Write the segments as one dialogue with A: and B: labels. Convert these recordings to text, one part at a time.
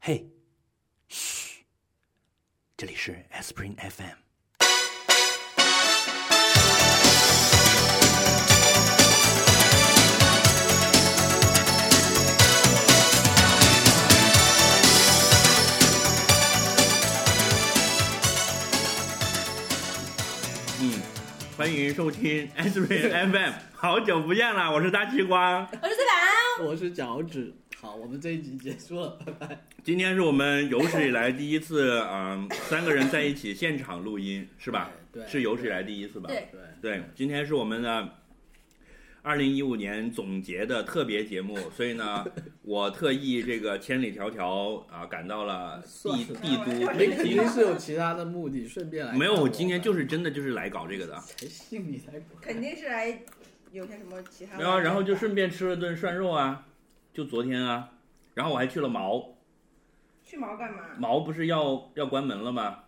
A: 嘿，嘘，这里是 Aspirin FM。
B: 嗯欢迎收听 S r n FM，好久不见了，我是大西瓜。
C: 我是崔宝，
D: 我是脚趾。好，我们这一集结束了，拜拜。
B: 今天是我们有史以来第一次，嗯、三个人在一起现场录音，是吧？
D: 哎对对
B: 啊是有史以来第一次吧？
C: 对
D: 对，
B: 对，今天是我们的二零一五年总结的特别节目，所以 呢，我特意这个千里迢迢啊、赶到了
D: 算
B: 帝
D: 是
B: 帝
C: 哎
B: 都
D: 你
B: 北
D: 肯
B: 京
D: 定。是有其他的目的，顺便来看我。
B: 没有，我今天就是真的就是来搞这个的，
D: 谁信你才怪
C: 肯定是来有些什么其他。
B: 然啊后然后就顺便吃了顿涮肉啊，就昨天啊，然后我还去了毛，
C: 去毛干嘛？
B: 毛不是要要关门了吗？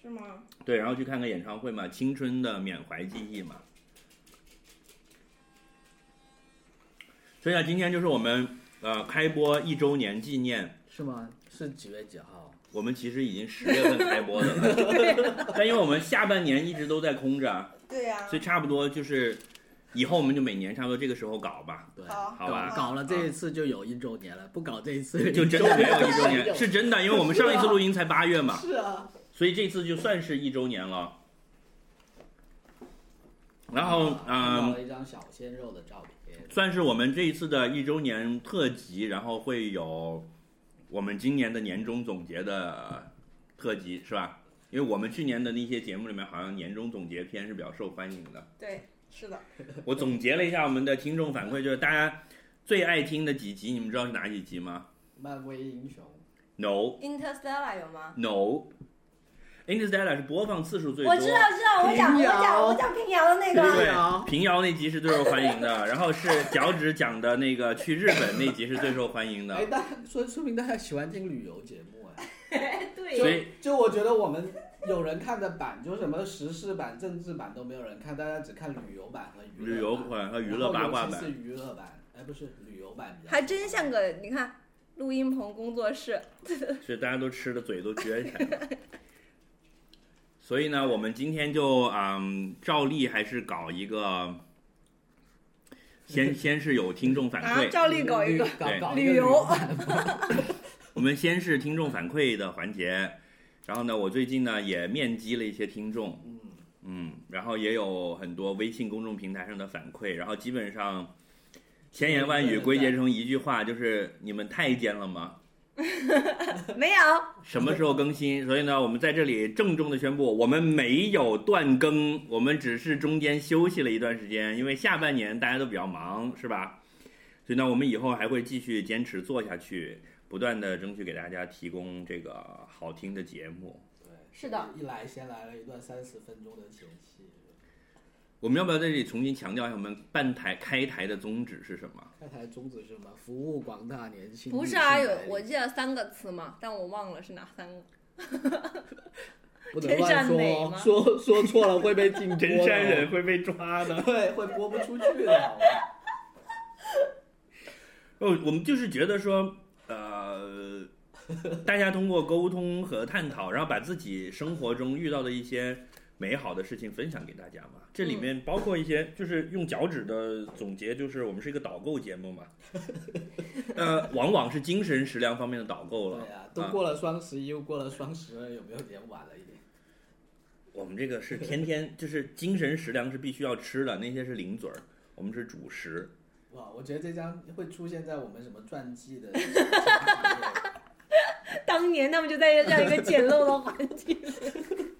C: 是吗？
B: 对，然后去看个演唱会嘛，青春的缅怀记忆嘛。所以啊，今天就是我们呃开播一周年纪念。
D: 是吗？是几月几号？
B: 我们其实已经十月份开播的了，但因为我们下半年一直都在空着啊，
C: 对呀、
B: 所以差不多就是以后我们就每年差不多这个时候搞吧。
D: 对，
C: 好
B: 好吧啊
D: 搞了这一次就有一周年了，不搞这一次
B: 就真的没有一周
D: 没 有
B: 年，是真的，因为我们上一次录音才八月嘛，
D: 是啊，
B: 所以这次就算是一周年了。然后，嗯、
D: 搞了一张小鲜肉的照片，
B: 算是我们这一次的一周年特辑，然后会有我们今年的年终总结的特辑，是吧？因为我们去年的那些节目里面，好像年终总结篇是比较受欢迎的。
C: 对，是的，
B: 我总结了一下我们的听众反馈，就是大家最爱听的几集，你们知道是哪几集吗
D: 漫威英雄。
B: ？No
C: 《Interstellar》有吗？
B: No。Interstellar 哎是播放次数最多，
C: 我知道，知道，我讲，我
D: 平遥
C: 讲，我讲平遥的那
B: 对
C: 个，
D: 啊
B: 平遥那集是最受欢迎的，然后是脚趾讲的那个去日本那集是最受欢迎的
D: 哎，。大家说说明大家喜欢听旅游节目哎。
C: 对
B: 所以
D: 就就我觉得我们有人看的版，就什么时事版、政治版都没有人看，大家只看旅游版和娱
B: 旅游
D: 乐版。
B: 款和娱乐八卦
D: 然后
B: 版
D: 尤其，是娱乐版，哎，不是旅游版比较。
C: 还真像个你看录音棚工作室，
B: 是大家都吃的嘴都撅起来了。所以呢，我们今天就嗯，照例还是搞一个，先先是有听众反
C: 啊，
B: 馈，
C: 照例搞一个
D: 旅搞
B: 对
D: 搞一个
C: 旅
D: 旅
C: 游。
B: 我们先是听众反馈的环节。然后呢，我最近呢也面基了一些听众，
D: 嗯，
B: 嗯，然后也有很多微信公众平台上的反馈，然后基本上千言万语归结成一句话，就是你们太监了吗？
C: 没有，
B: 什么时候更新？所以呢，我们在这里郑重的宣布，我们没有断更，我们只是中间休息了一段时间，因为下半年大家都比较忙，是吧？所以呢，我们以后还会继续坚持做下去，不断的争取给大家提供这个好听的节目。
D: 对，
C: 是的。
D: 一来先来了一段三十分钟的前戏，
B: 我们要不要在这里重新强调一下，我们办台开台的宗旨是什么？
D: 开台宗旨是什么？服务广大年轻。
C: 不是啊，有我记得三个词嘛，但我忘了是哪三个。
D: 不
C: 真
D: 能乱
C: 善美
D: 说
C: 吗，
D: 说说错了会被禁播。
B: 真山人， 会被抓的。
D: 对，会播不出去 的。
B: 哦，我们就是觉得说，呃， 大家通过沟通和探讨，然后把自己生活中遇到的一些美好的事情分享给大家嘛。这里
D: 嗯
B: 面包括一些，就是用脚趾的总结，就是我们是一个导购节目 嘛，呃，往往是精神食粮方面的导购了
D: 对。啊，都过了双十一，又过了双十二，有没有点晚了一点？
B: 我们这个是天 天就是精神食粮是必须要吃的，那些是零嘴儿，我们是主食。
D: 哇，我觉得这张会出现在我们什么传记的
C: 当年他们就在这样一个简陋的环境里。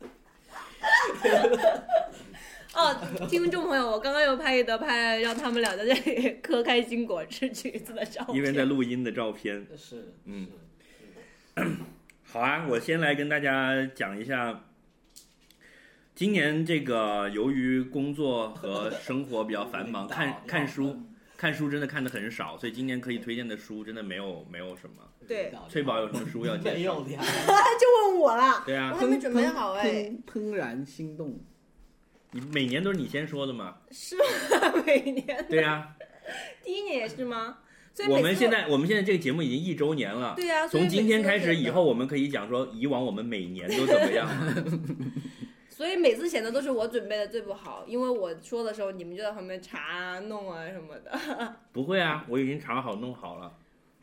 C: 哦，听众朋友，我刚刚又拍一段拍让他们俩在这里嗑开心果吃橘子的
D: 哦
C: 照片，
B: 因为在录音的照片，
D: 是，
B: 嗯
D: 是，
B: 好啊，我先来跟大家讲一下，今年这个由于工作和生活比较繁 忙，看看书，看书真的看的很少，所以今年可以推荐的书真的没有没有什么。
C: 对
B: 翠宝有什么书要介
D: 没
B: 绍？
D: 有的呀，
C: 啊就问我啦，
B: 对
C: 我
B: 啊，嗯
C: 还没准备好哎，
D: 怦怦然心动，
B: 你每嗯年都是你先说的嘛？
C: 是吗？每年
B: 对啊，
C: 第一年也是吗？所以
B: 我
C: 每
B: 们
C: 次
B: 现在我们现在这个节目已经一周年了，
C: 对呀、所以
B: 从今
C: 每
B: 天
C: 次
B: 开
C: 都
B: 始
C: 显
B: 以
C: 得
B: 后，，我们可以讲说，以往我们每年都怎么样？
C: 所以每次显得都是我准备的最不好，因为我说的时候，你们就在旁边查啊、弄啊什么的。
B: 不会啊，我已经查好弄好了。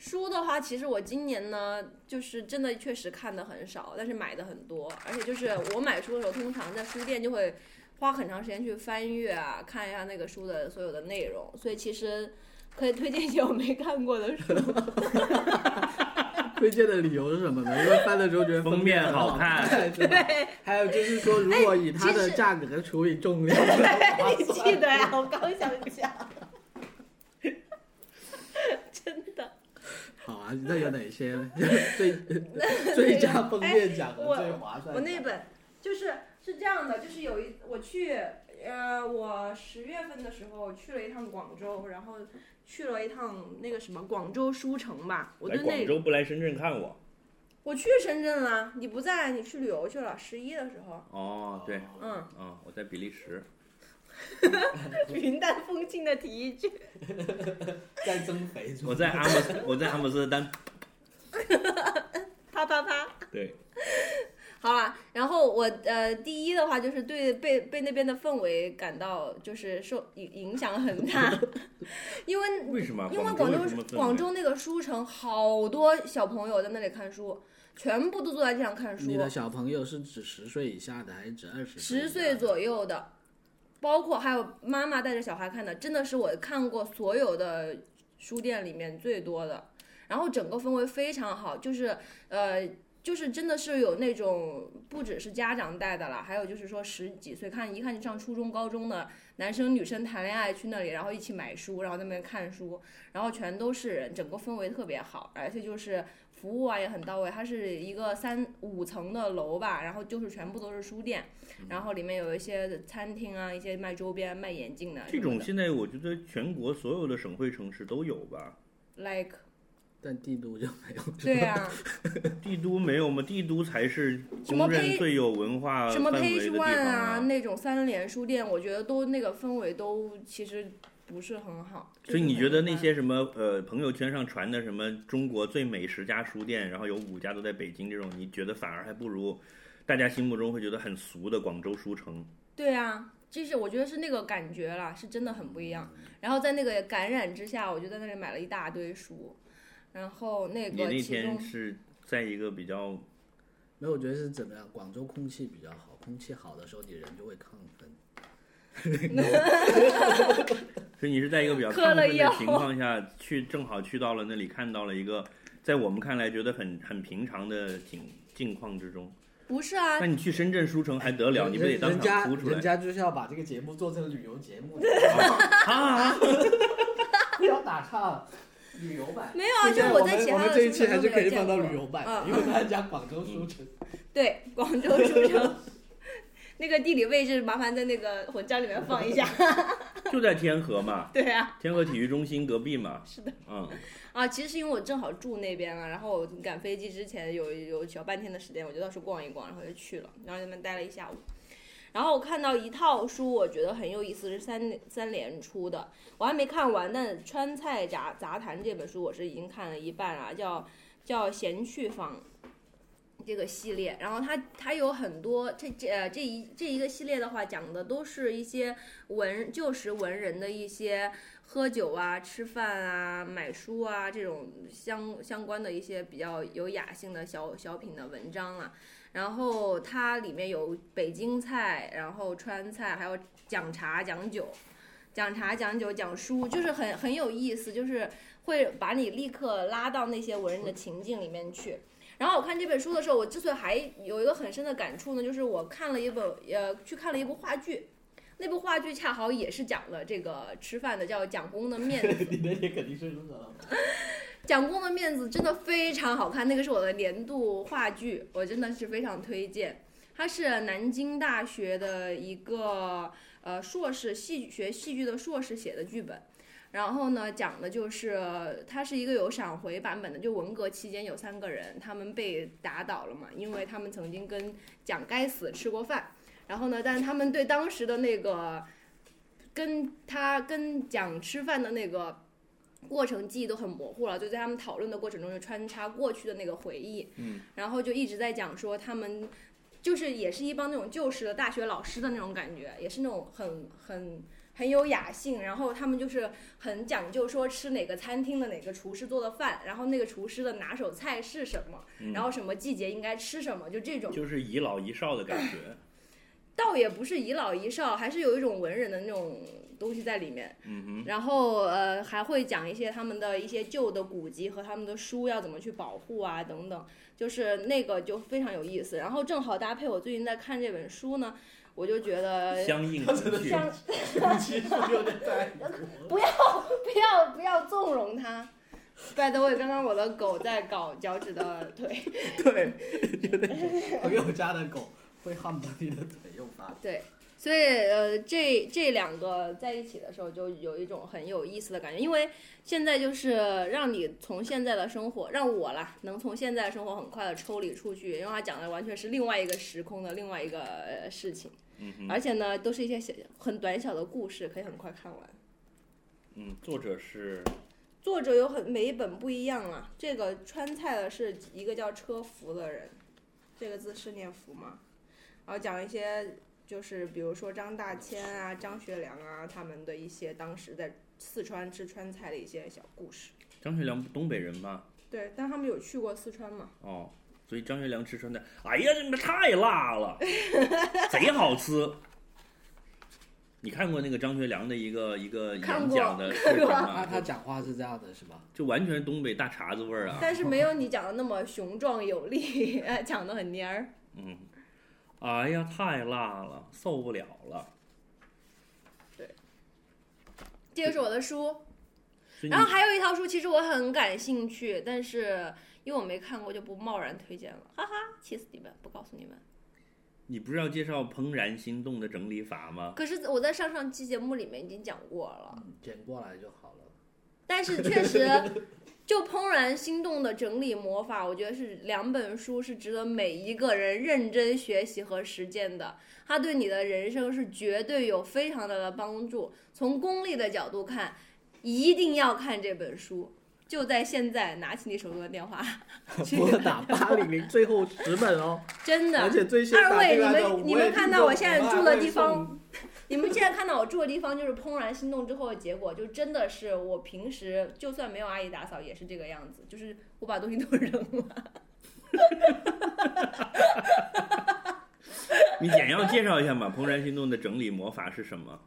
C: 书的话，其实我今年呢，就是真的确实看的很少，但是买的很多，而且就是我买书的时候，通常在书店就会花很长时间去翻阅啊，看一下那个书的所有的内容，所以其实可以推荐一些我没看过的书。
E: 推荐的理由是什么呢？因为翻了之后觉得
B: 封
E: 面
B: 面
E: 很
B: 好看
E: 看， 是吧
C: 对，
E: 还有就是说，如果以它
C: 哎
E: 的
C: 其实
E: 价格除以重量，
C: 哎你记得呀、我刚想讲，真的。
E: 好啊，那有哪些 最最佳封面奖和
C: 我
E: 最划算奖？
C: 我那本就是是这样的，就是有一我去呃，我十月份的时候去了一趟广州，然后去了一趟那个什么广州书城吧。我
B: 来
C: 对
B: 广
C: 那
B: 州不来深圳看我？
C: 我去深圳了，你不在，你去旅游去了。十一的时候，
B: 哦，对，
C: 嗯，
B: 嗯，我在比利时。
C: 云淡风轻的提一句，
E: 在增肥中，
B: 我在阿姆斯，我在阿姆斯特丹。
C: 啪啪啪。
B: 对，
C: 好啦，然后我呃，第一的话就是对被被那边的氛围感到就是受影影响很大， 因为
B: 为什么？
C: 因为
B: 广
C: 广
B: 有什
C: 州
B: 么氛围
C: 广州那个书城好多小朋友在那里看书，全部都坐在地上看书
E: 你，的小朋友是指十岁以下的，还是指二十？
C: 十岁左右的，包括还有妈妈带着小孩看的，真的是我看过所有的书店里面最多的。然后整个氛围非常好，就是呃，就是真的是有那种不只是家长带的啦，还有就是说十几岁看一看就上初中、高中的男生女生谈恋爱去那里，然后一起买书，然后在那边看书，然后全都是人，整个氛围特别好，而且就是服务啊也很到位。它是一个三五层的楼吧，然后就是全部都是书店，
B: 嗯
C: 然后里面有一些餐厅啊，一些卖周边、卖眼镜的什么的。
B: 这种现在我觉得全国所有的省会城市都有吧？
C: like
E: 但帝都就没有。
C: 对 啊，
B: 帝都没有吗？帝都才是
C: 什么
B: 公认
C: page-
B: 最有文化
C: 什么
B: 氛呃围
C: Page
B: 的地
C: One
B: 方
C: 啊，那种三联书店，我觉得都那个氛围都其实不是很好。
B: 所以你
C: 就是
B: 觉得
C: 很
B: 那
C: 一般
B: 些什么呃朋友圈上传的什么中国最美十家书店，然后有五家都在北京这种，你觉得反而还不如大家心目中会觉得很俗的广州书城？
C: 对啊，这是我觉得是那个感觉啦，是真的很不一样。
B: 嗯
C: 然后在那个感染之下，我就在那里买了一大堆书，然后那
B: 你
C: 个
B: 那
C: 其
B: 天
C: 中
B: 是在一个比较
E: 没有，我觉得是怎么样？广州空气比较好，空气好的时候，你人就会亢奋。
B: 所以你是在一个比较
C: 嗑了
B: 亢奋的
C: 药
B: 情况下去，正好去到了那里，看到了一个在我们看来觉得很很平常的景境况之中。
C: 不是啊
B: 那，你去深圳书城还得了？你不得当
E: 人家
B: 场哭出
E: 人
B: 来？
E: 家就是要把这个节目做成旅游节目，
B: 啊！
E: 不要打岔。旅游版
C: 没有啊，就是
E: 我
C: 在
E: 们
C: 其
E: 我
C: 他
E: 们
C: 的
E: 这一
C: 书
E: 期
C: 城
E: 还
C: 都
E: 是
C: 没
E: 可以
C: 有
E: 放
C: 见
E: 到
C: 过
E: 旅游版的，
C: 嗯
E: 因为他讲广州书城。
C: 对，广州书城 那个地理位置，麻烦在那个文章里面放一下。
B: 就在天河嘛，
C: 对啊。
B: 天河体育中心隔壁嘛。
C: 是的。
B: 嗯，
C: 啊，其实是因为我正好住那边了，啊然后我赶飞机之前有有小半天的时间，我就到处逛一逛，然后就去了，然后在那边待了一下午。然后我看到一套书，我觉得很有意思，是三三联出的，我还没看完。但《川菜杂杂谈》这本书我是已经看了一半了，叫叫《闲去访》这个系列。然后它它有很多这这呃这一这一个系列的话，讲的都是一些文旧时文人的一些喝酒啊、吃饭啊、买书啊这种相相关的一些比较有雅兴的小小品的文章啊。然后它里面有北京菜，然后川菜，还有讲茶讲酒，讲茶讲酒讲书，就是很很有意思，就是会把你立刻拉到那些文人的情境里面去。然后我看这本书的时候，我之所以还有一个很深的感触呢，就是我看了一本呃去看了一部话剧，那部话剧恰好也是讲了这个吃饭的，叫《蒋公的面子》。
E: 你那天肯定是书城。
C: 蒋公的面子真的非常好看，那个是我的年度话剧，我真的是非常推荐。它是南京大学的一个呃硕士戏剧学戏剧的硕士写的剧本，然后呢讲的就是它是一个有闪回版本的，就文革期间有三个人他们被打倒了嘛，因为他们曾经跟蒋该死吃过饭，然后呢，但是他们对当时的那个跟他跟蒋吃饭的那个过程记忆都很模糊了，就在他们讨论的过程中就穿插过去的那个回忆，
B: 嗯，
C: 然后就一直在讲说他们就是也是一帮那种旧时的大学老师的那种感觉，也是那种很很很有雅兴，然后他们就是很讲究说吃哪个餐厅的哪个厨师做的饭，然后那个厨师的拿手菜是什么，
B: 嗯
C: 然后什么季节应该吃什么，就这种。
B: 就是遗老遗少的感 觉，
C: 倒也不是遗老遗少，还是有一种文人的那种东西在里面。
B: 嗯
C: 然后呃，还会讲一些他们的一些旧的古籍和他们的书要怎么去保护啊等等，就是那个就非常有意思。然后正好搭配我最近在看这本书呢，我就觉得
B: 哼，相应
C: 呃
B: 文学，
C: 像
E: 其实有点在
C: 不要不要纵容它。by the way，刚刚我的狗在搞脚趾的腿，
B: 对，
E: 朋友家的狗会恨不得你的腿又发。
C: 对，所以呃，这这两个在一起的时候，就有一种很有意思的感觉，因为现在就是让你从现在的生活，让我啦，能从现在的生活很快的抽离出去，因为他讲的完全是另外一个时空的另外一个呃事情，
B: 嗯哼，
C: 而且呢，都是一些小很短小的故事，可以很快看完。
B: 嗯，作者是
C: 作者有很每一本不一样啊，这个川菜的是一个叫车福的人，这个字是念福吗？然后讲一些就是比如说张大千啊、张学良啊他们的一些当时在四川吃川菜的一些小故事。
B: 张学良，东北人吗？
C: 对，但他们有去过四川嘛？
B: 哦，所以张学良吃川菜，哎呀，这太辣 了，贼好吃。你看过那个张学良的一个一个
C: 看
B: 演
C: 过
B: 讲的视频
E: 那
B: 吗？
E: 他讲话是这样的，是吧？
B: 就完全东北大碴子味儿啊！
C: 但是没有你讲的那么雄壮有力， 讲的很蔫儿。
B: 嗯，哎呀，太辣了，受不了了。
C: 这个是我的书，
B: 所以
C: 然后
B: 你
C: 还有一套书，其实我很感兴趣，但是因为我没看过，就不贸然推荐了，哈哈，气死你们，不告诉你们。
B: 你不是要介绍《怦然心动》的整理法吗？
C: 可是我在上上期节目里面已经讲 过了，
E: 嗯，捡过来就好了。
C: 但是确实，就《怦然心动》的整理魔法，我觉得是两本书是值得每一个人认真学习和实践的，它对你的人生是绝对有非常大的帮助。从功利的角度看，一定要看这本书。就在现在，拿起你手中的电话，
E: 拨打八零零最后十本哦，
C: 真的
E: 而，且最先
C: 二
E: 打
C: 位，
E: 电
C: 你
E: 话的
C: 们你
E: 我
C: 们
E: 也
C: 看
E: 听
C: 到
E: 过
C: 我现在
E: 我
C: 住
E: 妈
C: 的
E: 会
C: 地方
E: 送，
C: 你们现在看到我住的地方，就是怦然心动之后的结果，就真的是我平时就算没有阿姨打扫，也是这个样子，就是我把东西都 扔了。
B: 你简要介绍一下嘛，《怦然心动》的整理魔法是什么？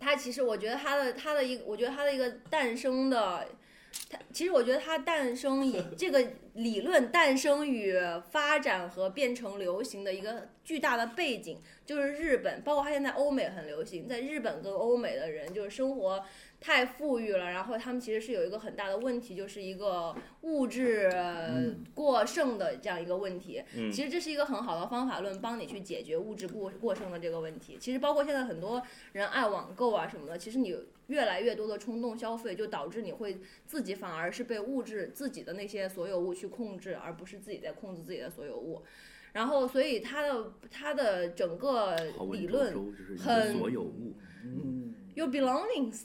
C: 它其实我觉得它的它的一个，我觉得它的一个诞生的，它其实我觉得它诞生以这个理论诞生与发展和变成流行的一个巨大的背景，就是日本，包括它现在欧美很流行，在日本跟欧美的人就是生活太富裕了，然后他们其实是有一个很大的问题，就是一个物质
E: 嗯
C: 过剩的这样一个问题，
B: 嗯
C: 其实这是一个很好的方法论，帮你去解决物质过过剩的这个问题。其实包括现在很多人爱网购啊什么的，其实你越来越多的冲动消费，就导致你会自己反而是被物质自己的那些所有物去控制，而不是自己在控制自己的所有物。然后，所以它的它的整个
B: 好文
C: 理
B: 绉
C: 论
B: 绉就是你的
C: 很
B: 所有物。
E: 嗯，
C: ，your belongings，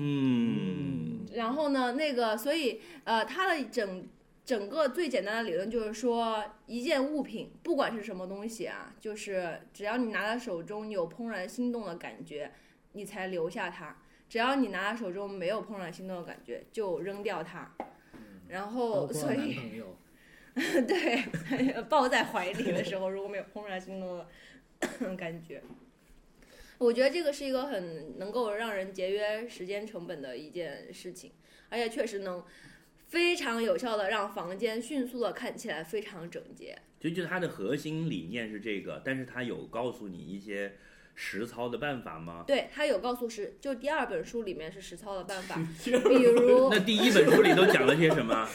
B: 嗯，
C: 然后呢，那个，所以呃，它的整整个最简单的理论就是说，一件物品不管是什么东西啊，就是只要你拿在手中有怦然心动的感觉，你才留下它；只要你拿在手中没有怦然心动的感觉，就扔掉它。然
E: 嗯包
C: 后，
E: 括
C: 哦所
E: 男
C: 以
B: 嗯
E: 朋友，，
C: 对，抱在怀里的时候，如果没有怦然心动的感觉，我觉得这个是一个很能够让人节约时间成本的一件事情，而且确实能非常有效的让房间迅速的看起来非常整洁。
B: 就就它的核心理念是这个，但是它有告诉你一些实操的办法吗？
C: 对，他有告诉是，就第二本书里面是实操的办法比如
B: 那第一本书里都讲了些什么？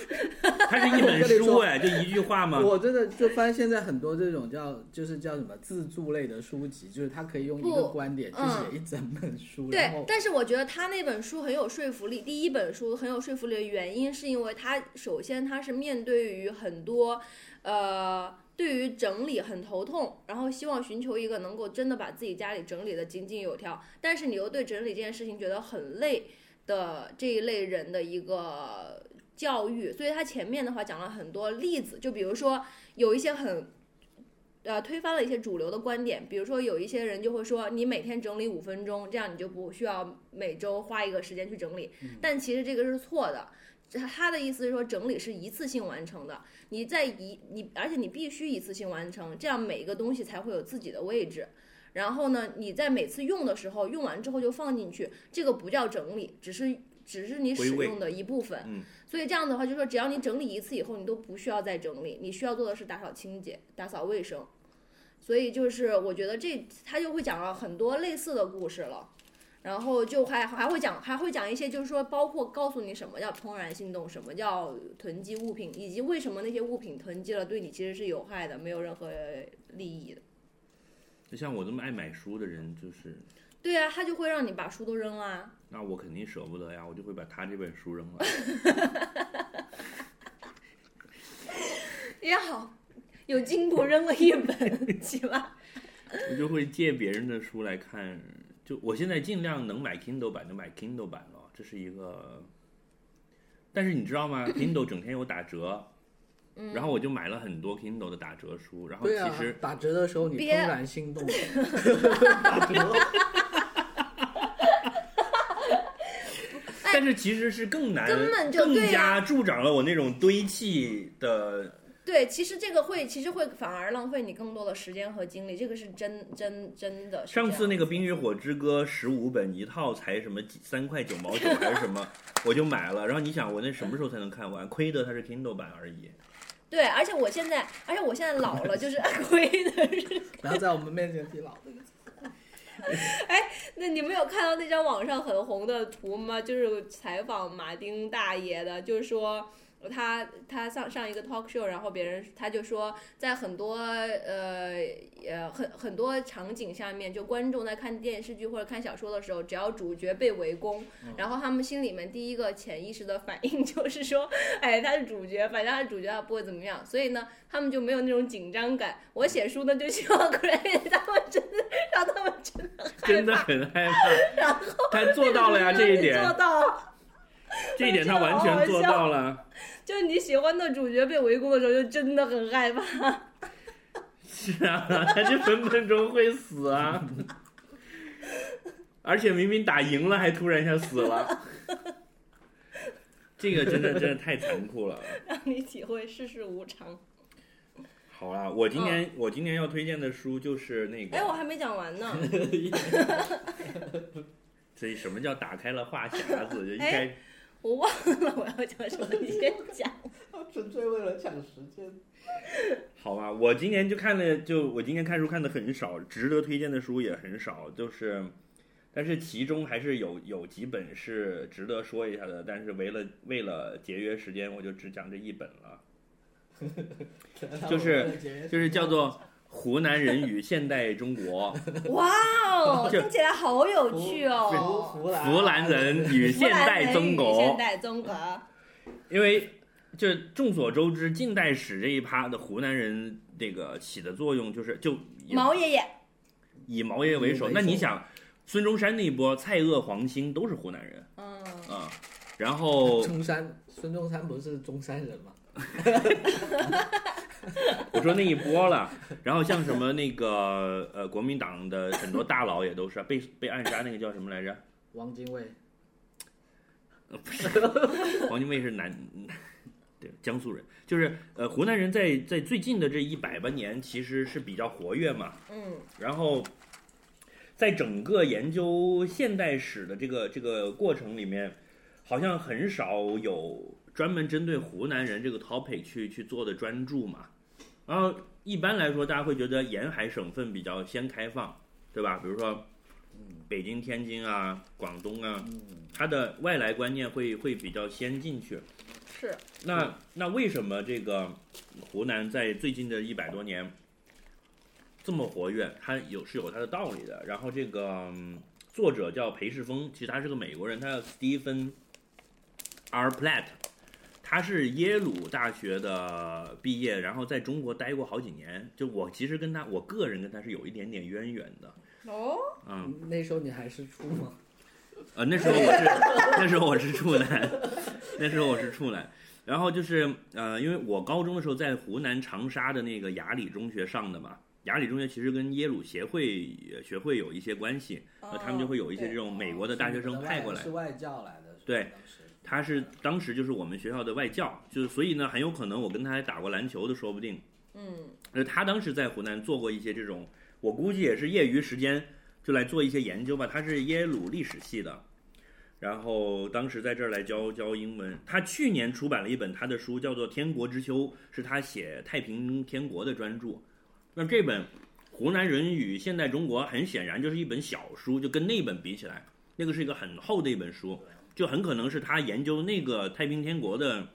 B: 它是一本书哎，就一句话吗？
E: 我真的就发现现在很多这种叫就是叫什么自助类的书籍，就是他可以用一个
C: 不
E: 观点去
C: 嗯
E: 写一整本书，然
C: 对
E: 后，
C: 但是我觉得他那本书很有说服力。第一本书很有说服力的原因，是因为他首先他是面对于很多，呃，对于整理很头痛，然后希望寻求一个能够真的把自己家里整理的井井有条，但是你又对整理这件事情觉得很累。的这一类人的一个教育，所以他前面的话讲了很多例子，就比如说有一些很。呃，推翻了一些主流的观点，比如说有一些人就会说，你每天整理五分钟，这样你就不需要每周花一个时间去整理。
B: 嗯
C: 但其实这个是错的，呃他的意思是说，整理是一次性完成的，你在一你，而且你必须一次性完成，这样每一个东西才会有自己的位置。然后呢，你在每次用的时候，用完之后就放进去，这个不叫整理，只是只是你使
B: 归位
C: 用的一部分。
B: 嗯
C: 所以这样的话，就是说只要你整理一次以后，你都不需要再整理，你需要做的是打扫清洁、打扫卫生。所以就是我觉得这他就会讲了很多类似的故事了，然后就还还会讲还会讲一些就是说包括告诉你什么叫怦然心动，什么叫囤积物品，以及为什么那些物品囤积了对你其实是有害的，没有任何利益的。
B: 就像我这么爱买书的人，就是
C: 对啊，他就会让你把书都扔了啊、
B: 那我肯定舍不得呀，我就会把他这本书扔了。
C: 也好，有进步，扔了一本，起码
B: 我就会借别人的书来看。就我现在尽量能买 Kindle 版就买 Kindle 版了，这是一个。但是你知道吗？Kindle 整天有打折，然后我就买了很多 Kindle 的打折书。然后
D: 对
B: 其
D: 啊
B: 实，
D: 打折的时候你怦
C: 别
D: 然 心动，
E: 打折，
B: 但是其实是更难，
C: 根本就对啊
B: 更
C: 呀
B: 加助长了我那种堆砌的。
C: 对，其实这个会，其实会反而浪费你更多的时间和精力，这个是真真真的是这样。
B: 上次那个《冰与火之歌》十五本一套才什么几三块九毛九还是什么， 我就买了。然后你想，我那什么时候才能看完？亏得它是 Kindle 版而已。
C: 对，而且我现在，而且我现在老了，就是 亏的是。
D: 然后在我们面前提老。
C: 那你没有看到那张网上很红的图吗？就是采访马丁大爷的，就是说。他他上上一个 talk show，然后别人他就说，在很多呃呃很很多场景下面，就观众在看电视剧或者看小说的时候，只要主角被围攻，
B: 嗯
C: 然后他们心里面第一个潜意识的反应 就是说，哎，他是主角，反正他是主角，他不会怎么样。所以呢，他们就没有那种紧张感。我写书呢，就希望 credit 他们真的让他们真的害
B: 真的
C: 怕
B: 很害怕。他做到了呀，这一点
C: 做，到了。
B: 这一点他完全做到了。
C: 就是你喜欢的主角被围攻的时候，就真的很害怕。
B: 是啊， 他这分分钟会死啊！而且明明打赢了，还突然一下死了。这个真的真的太残酷了。
C: 让你体会世事无常。
B: 好啦，我今年、我今年要推荐的书就是那个，
C: 哦哎，我还没讲完呢。
B: 这什么叫打开了话匣子？就一开
C: 哎 我忘了我要讲什么，你先讲。
E: 纯粹为了抢时 间。
B: 好吧，我今年就看了，就我今年看书看的很少，值得推荐的书也很少，就是，但是其中还是有有几本是值得说一下的，但是为了为了节约时间，我就只讲这一本了，
D: 是
B: 就是叫做《湖南人与现代中国：
C: 哇哦，
B: 就
C: 听起来好有趣哦。
E: 弗
B: 湖南人与现代中国》。
C: 现代中国，
B: 因为就众所周知，近代史这一趴的湖南人这个起的作用，就是就以
C: 毛爷爷，
B: 以毛爷爷为首。
D: 为首
B: 那你想，孙中山那一波，蔡锷、黄兴都是湖南人
C: 嗯，
B: 啊、然
E: 哦
B: 后
D: 中山，孙中山不是中山人吗？
B: 我说那一波了，然后像什么那个呃国民党的很多大佬也都是被被暗杀，那个叫什么来着？
D: 王精卫，
B: 王精卫是南，对，江苏人，就是呃湖南人在在最近的这一百八年其实是比较活跃嘛，
C: 嗯，
B: 然后，在整个研究现代史的这个这个过程里面，好像很少有专门针对湖南人这个 topic 去去做的专注嘛。然后一般来说，大家会觉得沿海省份比较先开放，对吧？比如说北京、天津啊、广东啊，它的外来观念会会比较先进去。
C: 是
B: 那那为什么这个湖南在最近的一百多年这么活跃？它有是有它的道理的。然后这个、嗯作者叫裴世峰，其实他是个美国人，他叫 Stephen R. Platt，他是耶鲁大学的毕业，然后在中国待过好几年。就我其实跟他，我个人跟他是有一点点渊源的。
C: 哦，
B: 嗯，
D: 那时候你还是猪吗？
B: 呃，那时候我是那时候我是处男， 那时候我是处男。然后就是呃，因为我高中的时候在湖南长沙的那个雅礼中学上的嘛，雅礼中学其实跟耶鲁协会呃学会有一些关系，呃，他们就会有一些这种美国的大学生派
D: 哦
B: 过来
E: 是。外教来的，
B: 对
E: 当时，
B: 他是当时就是我们学校的外教，就是所以呢，很有可能我跟他还打过篮球的，说不定。
C: 嗯，
B: 呃，他当时在湖南做过一些这种，我估计也是业余时间就来做一些研究吧。他是耶鲁历史系的，然后当时在这儿来教教英文。他去年出版了一本他的书，叫做《天国之秋》，是他写太平天国的专著。那这本《湖南人与现代中国》很显然就是一本小书，就跟那本比起来，那个是一个很厚的一本书，就很可能是他研究那个太平天国的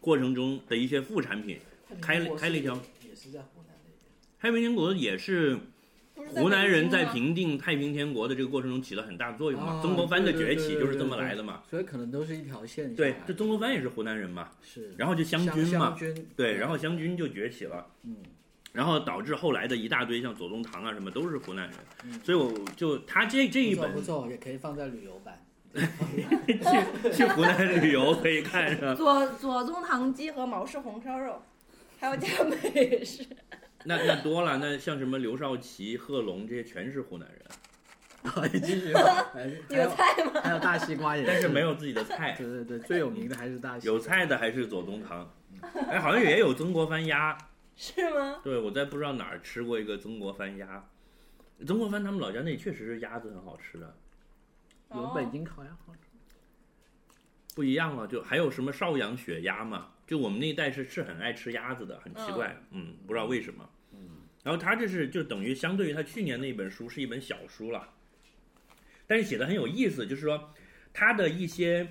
B: 过程中的一些副产品。开了开了一条，
E: 也是在湖南那边。
B: 太平天国也是
C: 不是在
B: 湖南人在
C: 北京吗
B: 平定太平天国的这个过程中起了很大作用嘛，
D: 啊
B: 曾国藩的崛
D: 对对
B: 起
D: 对
B: 就是这么来的嘛。
D: 所以可能都是一条线下
B: 对
D: 来的。，
B: 这曾国藩也是湖南人嘛，
D: 是
B: 然后就湘军嘛
D: 湘，军
B: 对，然后湘军就崛起了，
D: 嗯，
B: 然后导致后来的一大堆像左宗棠啊什么都是湖南人，
D: 嗯
B: 所以我就他这这一
D: 不错
B: 本
D: 不错，也可以放在旅游 版。
B: 去去湖南旅游可以看上。
C: 左左宗棠鸡和毛氏红烧肉，还有加美式。
B: 那那多了，那像什么刘少奇、贺龙这些全是湖南人，
D: 继续吧，还有
C: 有菜吗？
D: 还有大西瓜也，
B: 但是没。有自己的菜。
D: 对对对，最有名的还是大西瓜。
B: 有菜的还是左宗棠，哎，好像也有曾国藩鸭，
C: 是吗？
B: 对，我在不知道哪儿吃过一个曾国藩鸭，曾国藩他们老家那里确实是鸭子很好吃的，
D: 有北京烤鸭好吃。
B: 不一样了。就还有什么邵阳血鸭嘛，就我们那一代是是很爱吃鸭子的，很奇怪，嗯不知道为什么。
D: 嗯，
B: 然后他这是就等于相对于他去年那本书是一本小书了，但是写的很有意思，就是说他的一些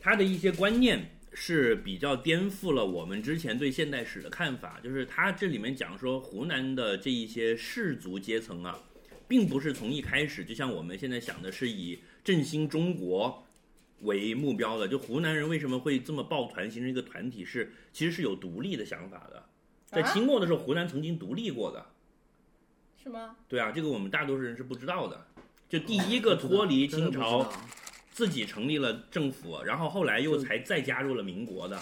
B: 他的一些观念是比较颠覆了我们之前对现代史的看法，就是他这里面讲说湖南的这一些士族阶层啊，并不是从一开始就像我们现在想的是以振兴中国。为目标的，就湖南人为什么会这么抱团，形成一个团体是，其实是有独立的想法的。在
C: 啊
B: 清末的时候，湖南曾经独立过的。
C: 是吗？
B: 对啊，这个我们大多数人是不知道的。就第一个脱离清朝，自己成立了政府，然后后来又才再加入了民国的，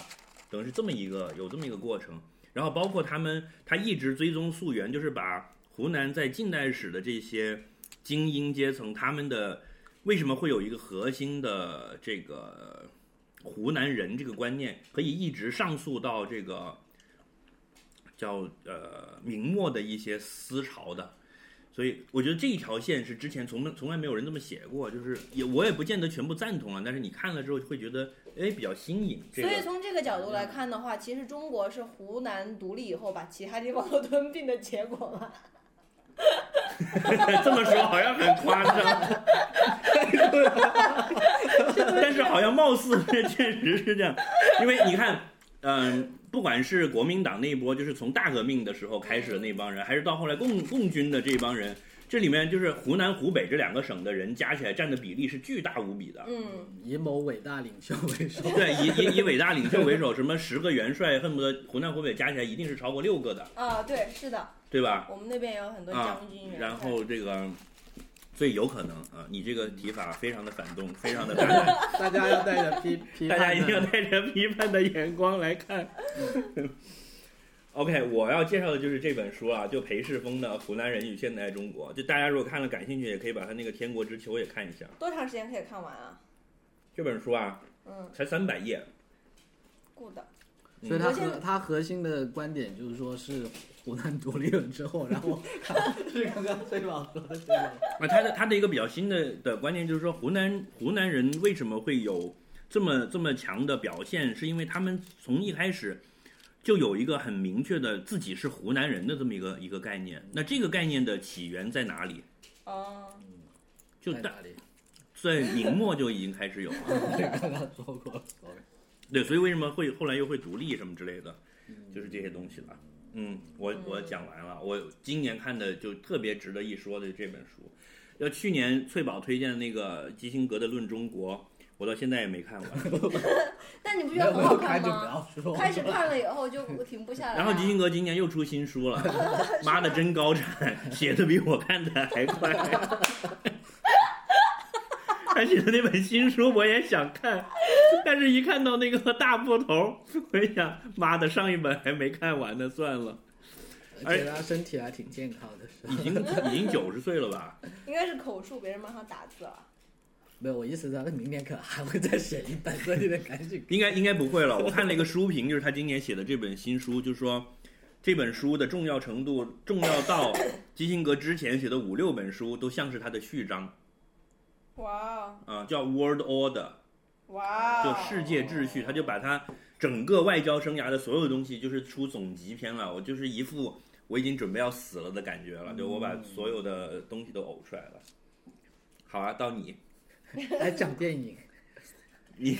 B: 等于是这么一个有这么一个过程。然后包括他们，他一直追踪溯源，就是把湖南在近代史的这些精英阶层，他们的为什么会有一个核心的这个湖南人这个观念，可以一直上溯到这个叫呃明末的一些思潮的。所以我觉得这一条线是之前从没从来没有人这么写过，就是也我也不见得全部赞同啊，但是你看了之后会觉得哎比较新颖。这
C: 所以
B: 个嗯
C: 从这个角度来看的话，其实中国是湖南独立以后把其他地方都吞并的结果嘛。
B: 这么说好像很夸张， 但是好像貌似确实是这样，因为你看，嗯、不管是国民党那一波，就是从大革命的时候开始的那帮人，还是到后来共共军的这帮人，这里面就是湖南、湖北这两个省的人加起来占的比例是巨大无比的。
C: 嗯，
D: 以某伟大领袖为首。
B: 对，以以以伟大领袖为首，什么十个元帅，恨不得湖南、湖北加起来一定是超过六个的，
C: 啊，对，是的，
B: 对吧？
C: 我们那边也有很多将军
B: 啊
C: 人。
B: 然后这个，所以有可能啊，你这个提法非常的反动，非常的大胆，
D: 大家要带着批批
B: 大
D: 判
B: 家
D: 的，
B: 一定 要带着批判的眼光来看。OK，我要介绍的就是这本书啊，就裴世峰的《湖南人与现代中国》。就大家如果看了感兴趣，也可以把他那个《天国之秋》也看一下。
C: 多长时间可以看完啊？
B: 这本书啊，
C: 嗯
B: 才三百页，
C: ，good。
D: 所以他
C: 我现
D: 核
C: 在
D: 他核心的观点就是说是湖南独立了之后，然后是刚刚崔宝说的这个，
B: 那他的他的一个比较新的的观念就是说，湖南湖南人为什么会有这么这么强的表现，是因为他们从一开始就有一个很明确的自己是湖南人的这么一个一个概念。那这个概念的起源在哪里？
C: 哦，
B: 就
D: 在
B: 大
D: 哪里？
B: 在明末就已经开始有了。
D: 刚刚说过了，sorry，
B: 对，所以为什么会后来又会独立什么之类的，
D: 嗯
B: 就是这些东西了。嗯，我我讲完了，我今年看的就特别值得一说的这本书，要去年翠宝推荐的那个基辛格的《论中国》，我到现在也没看完。
C: 但你不
D: 没
C: 觉得
D: 有
C: 很
D: 没
C: 好
D: 有
C: 看
D: 开就不
C: 吗？
D: 要说，
C: 开始看了以后就停不下来。
B: 然后基辛格今年又出新书了，妈的真高产，写的比我看的还快。他写的那本新书我也想看，但是一看到那个大部头，我一想，妈的，上一本还没看完呢，算了，
D: 而且他身体还挺健康的，是吧
B: 已经已经九十岁了吧？
C: 应该是口述，别人帮他打字了。
D: 没有，我意思是他明年可还会再写一本，所以你得赶紧。
B: 应该应该不会了。我看了一个书评，就是他今年写的这本新书，就说这本书的重要程度重要到基辛格之前写的五六本书都像是他的序章
C: 哇哦
B: 啊、叫 World Order，
C: 哇哦
B: 就世界秩序，他就把他整个外交生涯的所有东西，就是出总集篇了。我就是一副我已经准备要死了的感觉了，就我把所有的东西都呕出来了。好啊，到你，
D: 来讲电影，
B: 你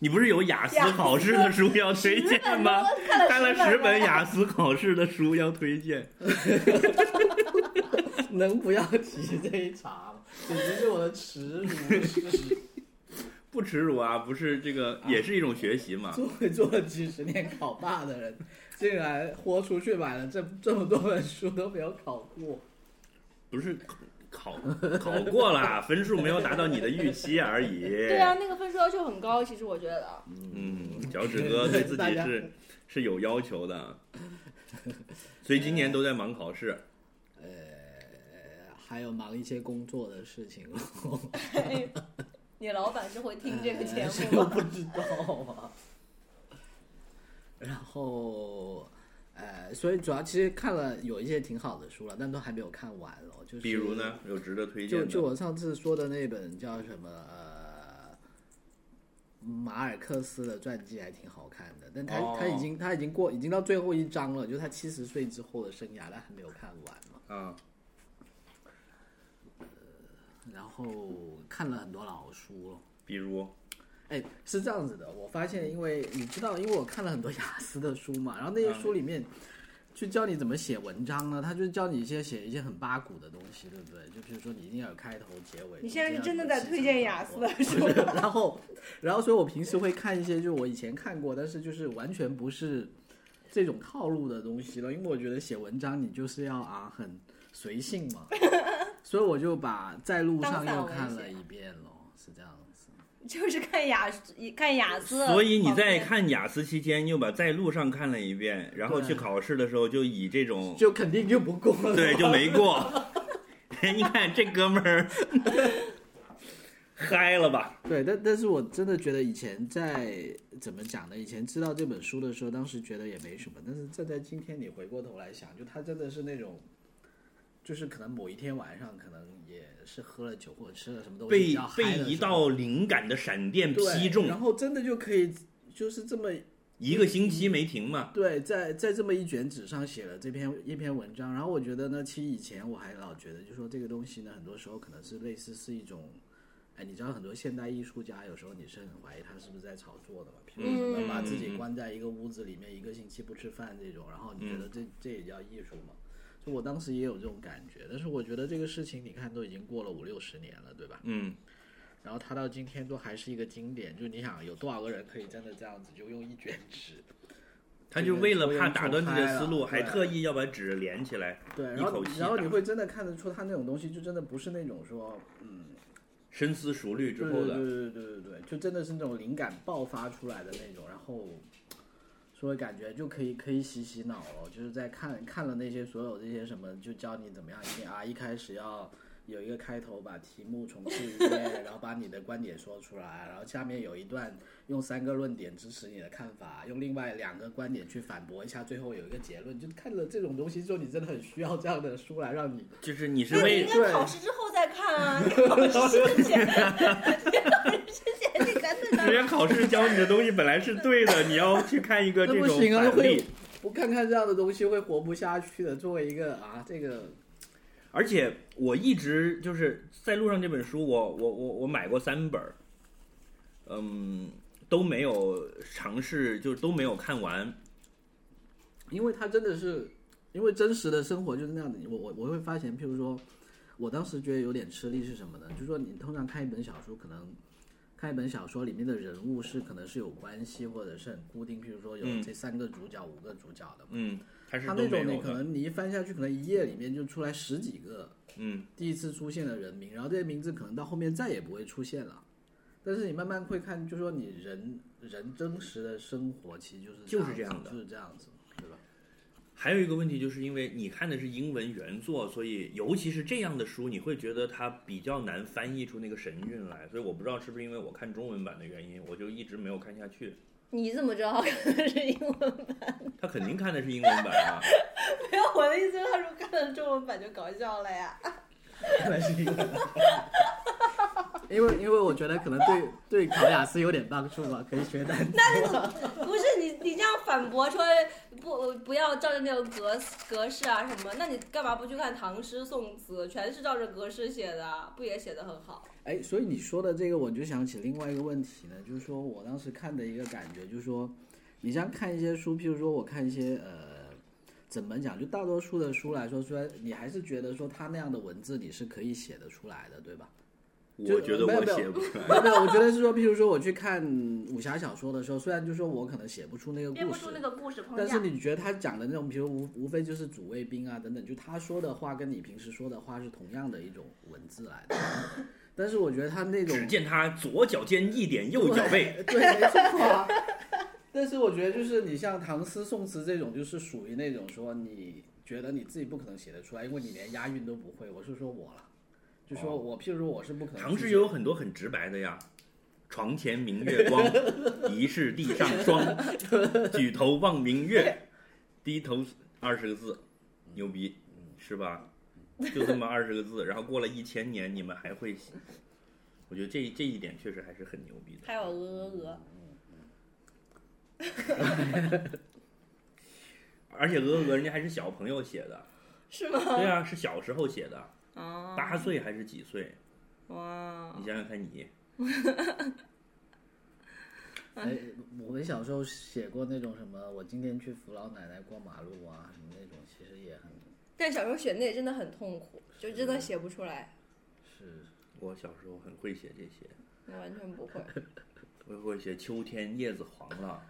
B: 你不是有雅思
C: 雅思
B: 考试的书要推
C: 十
B: 荐
C: 本
B: 吗？
C: 多看了
B: 看了十
C: 十
B: 本
C: 本
B: 雅思考试的书要推荐，
D: 能不要提这一茬吗？简直是我的耻辱！
B: 不耻辱啊，不是这个也是一种学习嘛。
D: 作为做了几十年考霸的人，竟然豁出去买了这这么多本书都没有考过，
B: 不是考考过啦，分数没有达到你的预期而已。
C: 对啊，，那个分数要求很高，其实我觉得。
B: 嗯，脚趾哥对自己
D: 大家
B: 是是有要求的，所以今年都在忙考试。
D: 还有忙一些工作的事情，
C: 你老板是会听这个节
D: 呃这
C: 目吗？
D: 个不知道啊。然后，呃，所以主要其实看了有一些挺好的书了，但都还没有看完哦。就是
B: 比如呢，有值得推
D: 就
B: 荐
D: 就
B: 的
D: 我上次说的那本叫什么呃，马尔克斯的传记还挺好看的，但他、
B: 哦
D: 他已经他已经过已经到最后一章了，就是他七十岁之后的生涯，他还没有看完嘛。
B: 啊，
D: 然后看了很多老书咯。
B: 比如
D: 哎，是这样子的，我发现，因为你知道，因为我看了很多雅思的书嘛，然后那些书里面就教你怎么写文章呢，他就教你一些写一些很八股的东西，对不对？就比如说你一定要有开头、结尾。
C: 你现在是真的在推荐雅思的书
D: 不 是？ 然后，然后，所以我平时会看一些，就是我以前看过，但是就是完全不是这种套路的东西了，因为我觉得写文章你就是要啊很随 性嘛，所以我就把在路上又看了一遍咯，是这样子。
C: 就是看雅思，看雅思。
B: 所以你在看雅思期间，又把在路上看了一遍，然后去
D: 对
B: 考试的时候就以这种
D: 就肯定就不过了。
B: 对，就没过。 你看这哥们儿 嗨了吧？
D: 对，但但是我真的觉得以前在怎么讲呢？以前知道这本书的时候，当时觉得也没什么，但是站在今天你回过头来想，就他真的是那种，就是可能某一天晚上，可能也是喝了酒或者吃了什么东西比
B: 被
D: 较嗨的
B: 被
D: 时候
B: 一道灵感的闪电
D: 对
B: 劈中
D: 然，后真的就可以就是这么
B: 一个星
D: 嗯
B: 期没停嘛。
D: 对，在在这么一卷纸上写了这篇一篇文章，然后我觉得呢，其实以前我还老觉得，就说这个东西呢，很多时候可能是类似是一种，哎，你知道很多现代艺术家有时候你是很怀疑他是不是在炒作的嘛，
B: 嗯
D: 比如什么把自己关在一个屋子里面一个星期不吃饭这种，然后你觉得这这也叫艺术嘛？就我当时也有这种感觉，但是我觉得这个事情你看都已经过了五六十年了，对吧？
B: 嗯，
D: 然后它到今天都还是一个经典，就你想有多少个人可以真的这样子就用一卷纸
B: 他就为了怕打断自己的思路，
D: 这个
B: 还
D: 人
B: 特意要把纸连起来，
D: 对，
B: 一
D: 然后
B: 口气
D: 然后你
B: 打
D: 会真的看得出他那种东西，就真的不是那种说，嗯，
B: 深思熟虑之
D: 对
B: 后
D: 对
B: 的。
D: 对对对对对，就真的是那种灵感爆发出来的那种，然后，所以感觉就可以可以洗洗脑了，就是在看看了那些所有这些什么，就教你怎么样一定啊，一开始要。有一个开头，把题目重复一遍，然后把你的观点说出来，然后下面有一段用三个论点支持你的看法，用另外两个观点去反驳一下，最后有一个结论。就看了这种东西之后，你真的很需要这样的书来让你
B: 就是你是
C: 那你
B: 为
C: 应 该考试之后再看啊，你考试之前，你考试之前你在那
B: 人家
C: 儿
B: 考试教你的东西本来是对的，你要去看一个这
D: 那不
B: 种
D: 行啊，
B: 反
D: 会
B: 例。
D: 不看看这样的东西会活不下去的。作为一个啊，这个
B: 而且我一直就是在路上这本书，我我我我买过三本儿，嗯，都没有尝试，就是都没有看完。
D: 因为它真的是，因为真实的生活就是那样的。我我我会发现，譬如说，我当时觉得有点吃力是什么呢？就是说，你通常看一本小说，可能看一本小说里面的人物是可能是有关系，或者是很固定，譬如说有
B: 嗯
D: 这三个主角、五个主角的嘛。
B: 嗯它是
D: 他
B: 都没
D: 那种
B: 有
D: 你可
B: 的，
D: 能你一翻下去，可能一页里面就出来十几个
B: 嗯，
D: 第一次出现的人名，然后这些名字可能到后面再也不会出现了。但是你慢慢会看，就说你人人真实的生活其实就是
B: 就是
D: 这
B: 这
D: 样
B: 样
D: 子
B: 的
D: 就是这样 子，对吧？
B: 还有一个问题，就是因为你看的是英文原作，所以尤其是这样的书，你会觉得它比较难翻译出那个神韵来。所以我不知道是不是因为我看中文版的原因，我就一直没有看下去。
C: 你怎么知道是英文？
B: 他肯定看的是英文版啊，
C: 没有，我的意思是，他如果看了中文版就搞笑了呀。
D: 原来是 英文。因为因为我觉得可能对对考雅思有点帮助吧，可以学单词。
C: 不是你，你这样反驳说不不要照着那种格格式啊什么？那你干嘛不去看唐诗宋词？全是照着格式写的啊，不也写的很好？
D: 哎，所以你说的这个，我就想起另外一个问题呢，就是说我当时看的一个感觉，就是说，你像看一些书，譬如说我看一些呃，怎么讲，就大多数的书来说，虽然你还是觉得说他那样的文字你是可以写得出来的，对吧？ 就
B: 我觉得
D: 没有
B: 我
D: 没有
B: 写不出来。
D: 没有没有，我觉得是说，譬如说我去看武侠小说的时候，虽然就说我可能写不出那个故事，
C: 编不出那个故事框
D: 但
C: 架
D: 是。你觉得他讲的那种，比如无无非就是主谓宾啊等等，就他说的话跟你平时说的话是同样的一种文字来的。 但是我觉得他那种
B: 只见他左脚尖一点右脚背，
D: 对，对，没错啊。但是我觉得就是你像唐诗宋词这种，就是属于那种说你觉得你自己不可能写得出来，因为你连押韵都不会。我是说我了，就说我，譬如说我是不可能去写。
B: 唐诗也有很多很直白的呀。床前明月光，疑是地上 霜。举头望明月，低头二十个字，牛逼，是吧？就这么二十个字，然后过了一千年，你们还会写，我觉得这这一点确实还是很牛逼的。
C: 还有鹅鹅鹅，
B: 而且《鹅鹅》人家还是小朋友写的，
C: 是吗？
B: 对啊，是小时候写的，
C: 啊，
B: 八岁还是几岁？
C: 哇
B: 你，想想看你，
D: 哎，我们小时候写过那种什么，我今天去扶老奶奶过马路啊，什么那种，其实也很
C: 但小时候选那也真的很痛苦，就真
D: 嗯
C: 的写不出来，
D: 是。
B: 我小时候很会写这些，
C: 我完全不会。
B: 我会写秋天叶子黄了，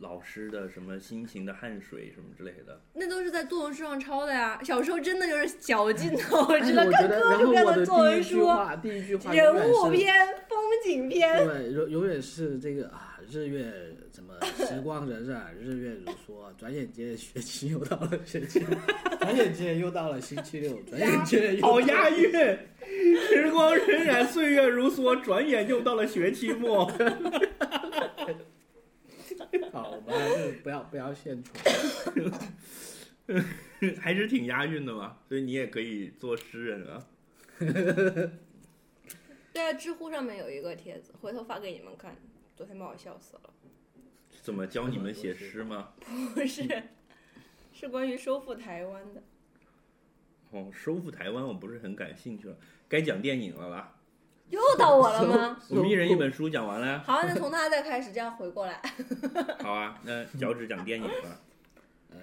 B: 老师的什么辛勤的汗水什么之类的。
C: 那都是在作文书上抄的呀。小时候真的就是绞尽脑汁 的
D: 哎我觉
C: 看
D: 得，
C: 各
D: 然后
C: 种各样
D: 我的
C: 作
D: 第
C: 文
D: 一句
C: 书，
D: 话，第一句话
C: 人
D: 永远
C: 物
D: 是
C: 篇、风景篇。
D: 对，永永远是这个啊，日月 怎么时光荏苒，日月如梭，转眼间学期又到了学期，转眼间又到了星期六，转眼间又
B: 好押韵！时光荏苒，岁月如梭，转眼又到了学期末。
D: 好，我们还是不要不要献丑。
B: 还是挺押韵的嘛，所以你也可以做诗人啊。
C: 对啊，知乎上面有一个帖子，回头发给你们看。昨天把我笑死了，
B: 怎么教你们写诗吗？
C: 不是， 是关于收复台湾的。
B: 哦，收复台湾我不是很感兴趣了，该讲电影了吧？
C: 又到我了 吗？
B: 我们一人一本书讲完了呀。
C: 好，那从他再开始，这样回过来。
B: 好啊，那脚趾讲电影吧。
D: 呃，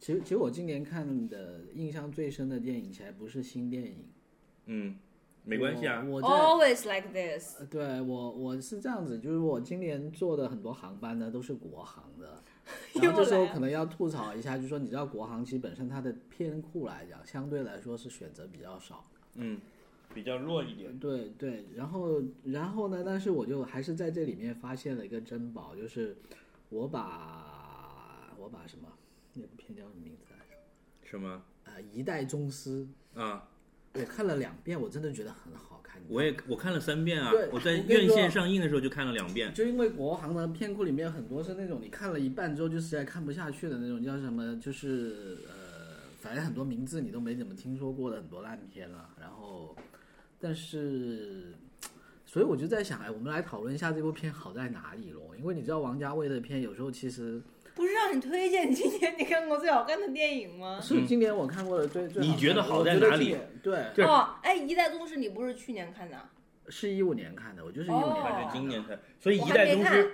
D: 其实其实我今年看的印象最深的电影，其实还不是新电影，
B: 嗯，没关系啊。
D: 我我在
C: Always like this。
D: 呃对我我是这样子，就是我今年坐的很多航班呢都是国航的，然后这时
C: 又
D: 候
C: 来
D: 可能要吐槽一下，就是说你知道国航其实本身它的片库来讲，相对来说是选择比较少。
B: 嗯，比较弱一点。
D: 对对，然后然后呢？但是我就还是在这里面发现了一个珍宝，就是我把我把什么那部片叫什么名字来着？
B: 什么
D: 呃，《一代宗师
B: 啊？》，
D: 我看了两遍，我真的觉得很好看。你知道
B: 我也我看了三遍啊
D: 对，
B: 我在
D: 我跟你
B: 院
D: 说
B: 线上映的时候就看了两遍。
D: 就因呃为国行的片库里面很多是那种你看了一半之后就实在看不下去的那种，叫什么？就是呃，反正很多名字你都没怎么听说过的很多烂片了。然后，但是，所以我就在想，哎，我们来讨论一下这部片好在哪里咯？因为你知道王家卫的片有时候其实
C: 不是让你推荐今年你看过最好看的电影吗？
D: 是今年我看过的最最好看的
B: 你觉得好在
D: 我觉得
B: 哪里
D: 今年对，
B: 对
C: 哦，哎，《一代宗师》你不是去年看的啊？
D: 是一五年看的，我就是一五年
C: 哦
D: 看
B: 还
D: 的
B: 是今年才，所以
C: 我
B: 一
C: 还
B: 代
C: 没
B: 宗
C: 看
B: 师。